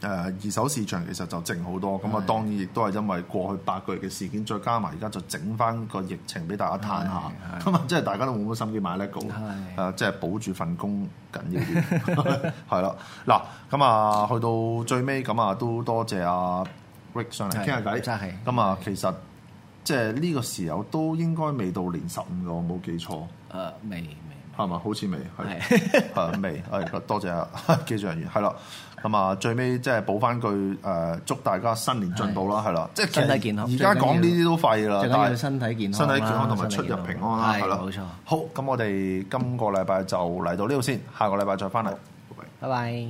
S4: 誒二手市場其實就靜好多。咁啊，當然亦都係因為過去八個月嘅事件，再加埋而家就整翻個疫情俾大家攤下。咁啊，即係大家都冇乜心機買 LEGO。
S5: 係
S4: 誒，即係保住份工緊要 啲，係啦。嗱，咁啊，去到最尾咁啊，都多謝阿 Rick 上嚟傾下偈。
S5: 真係
S4: 咁啊，其實即係呢個時候都應該未到年十五個，我冇記錯，
S5: 誒未未
S4: 係嘛？好似未 係
S5: 係。
S4: 係未係。多謝啊 技術人員，係啦。咁啊，最尾即係補翻句誒，祝大家新年進步啦，係啦。即係其實
S5: 身體健康
S4: 而家講呢啲都廢啦，
S5: 最緊要
S4: 但係
S5: 身體健康
S4: 身
S5: 啦
S4: 體健康同埋出入平安啦，
S5: 身體健康
S4: 係啦，
S5: 係冇錯
S4: 好，咁我哋今個禮拜就嚟到呢度先，下個禮拜再翻嚟。拜拜
S5: 拜拜。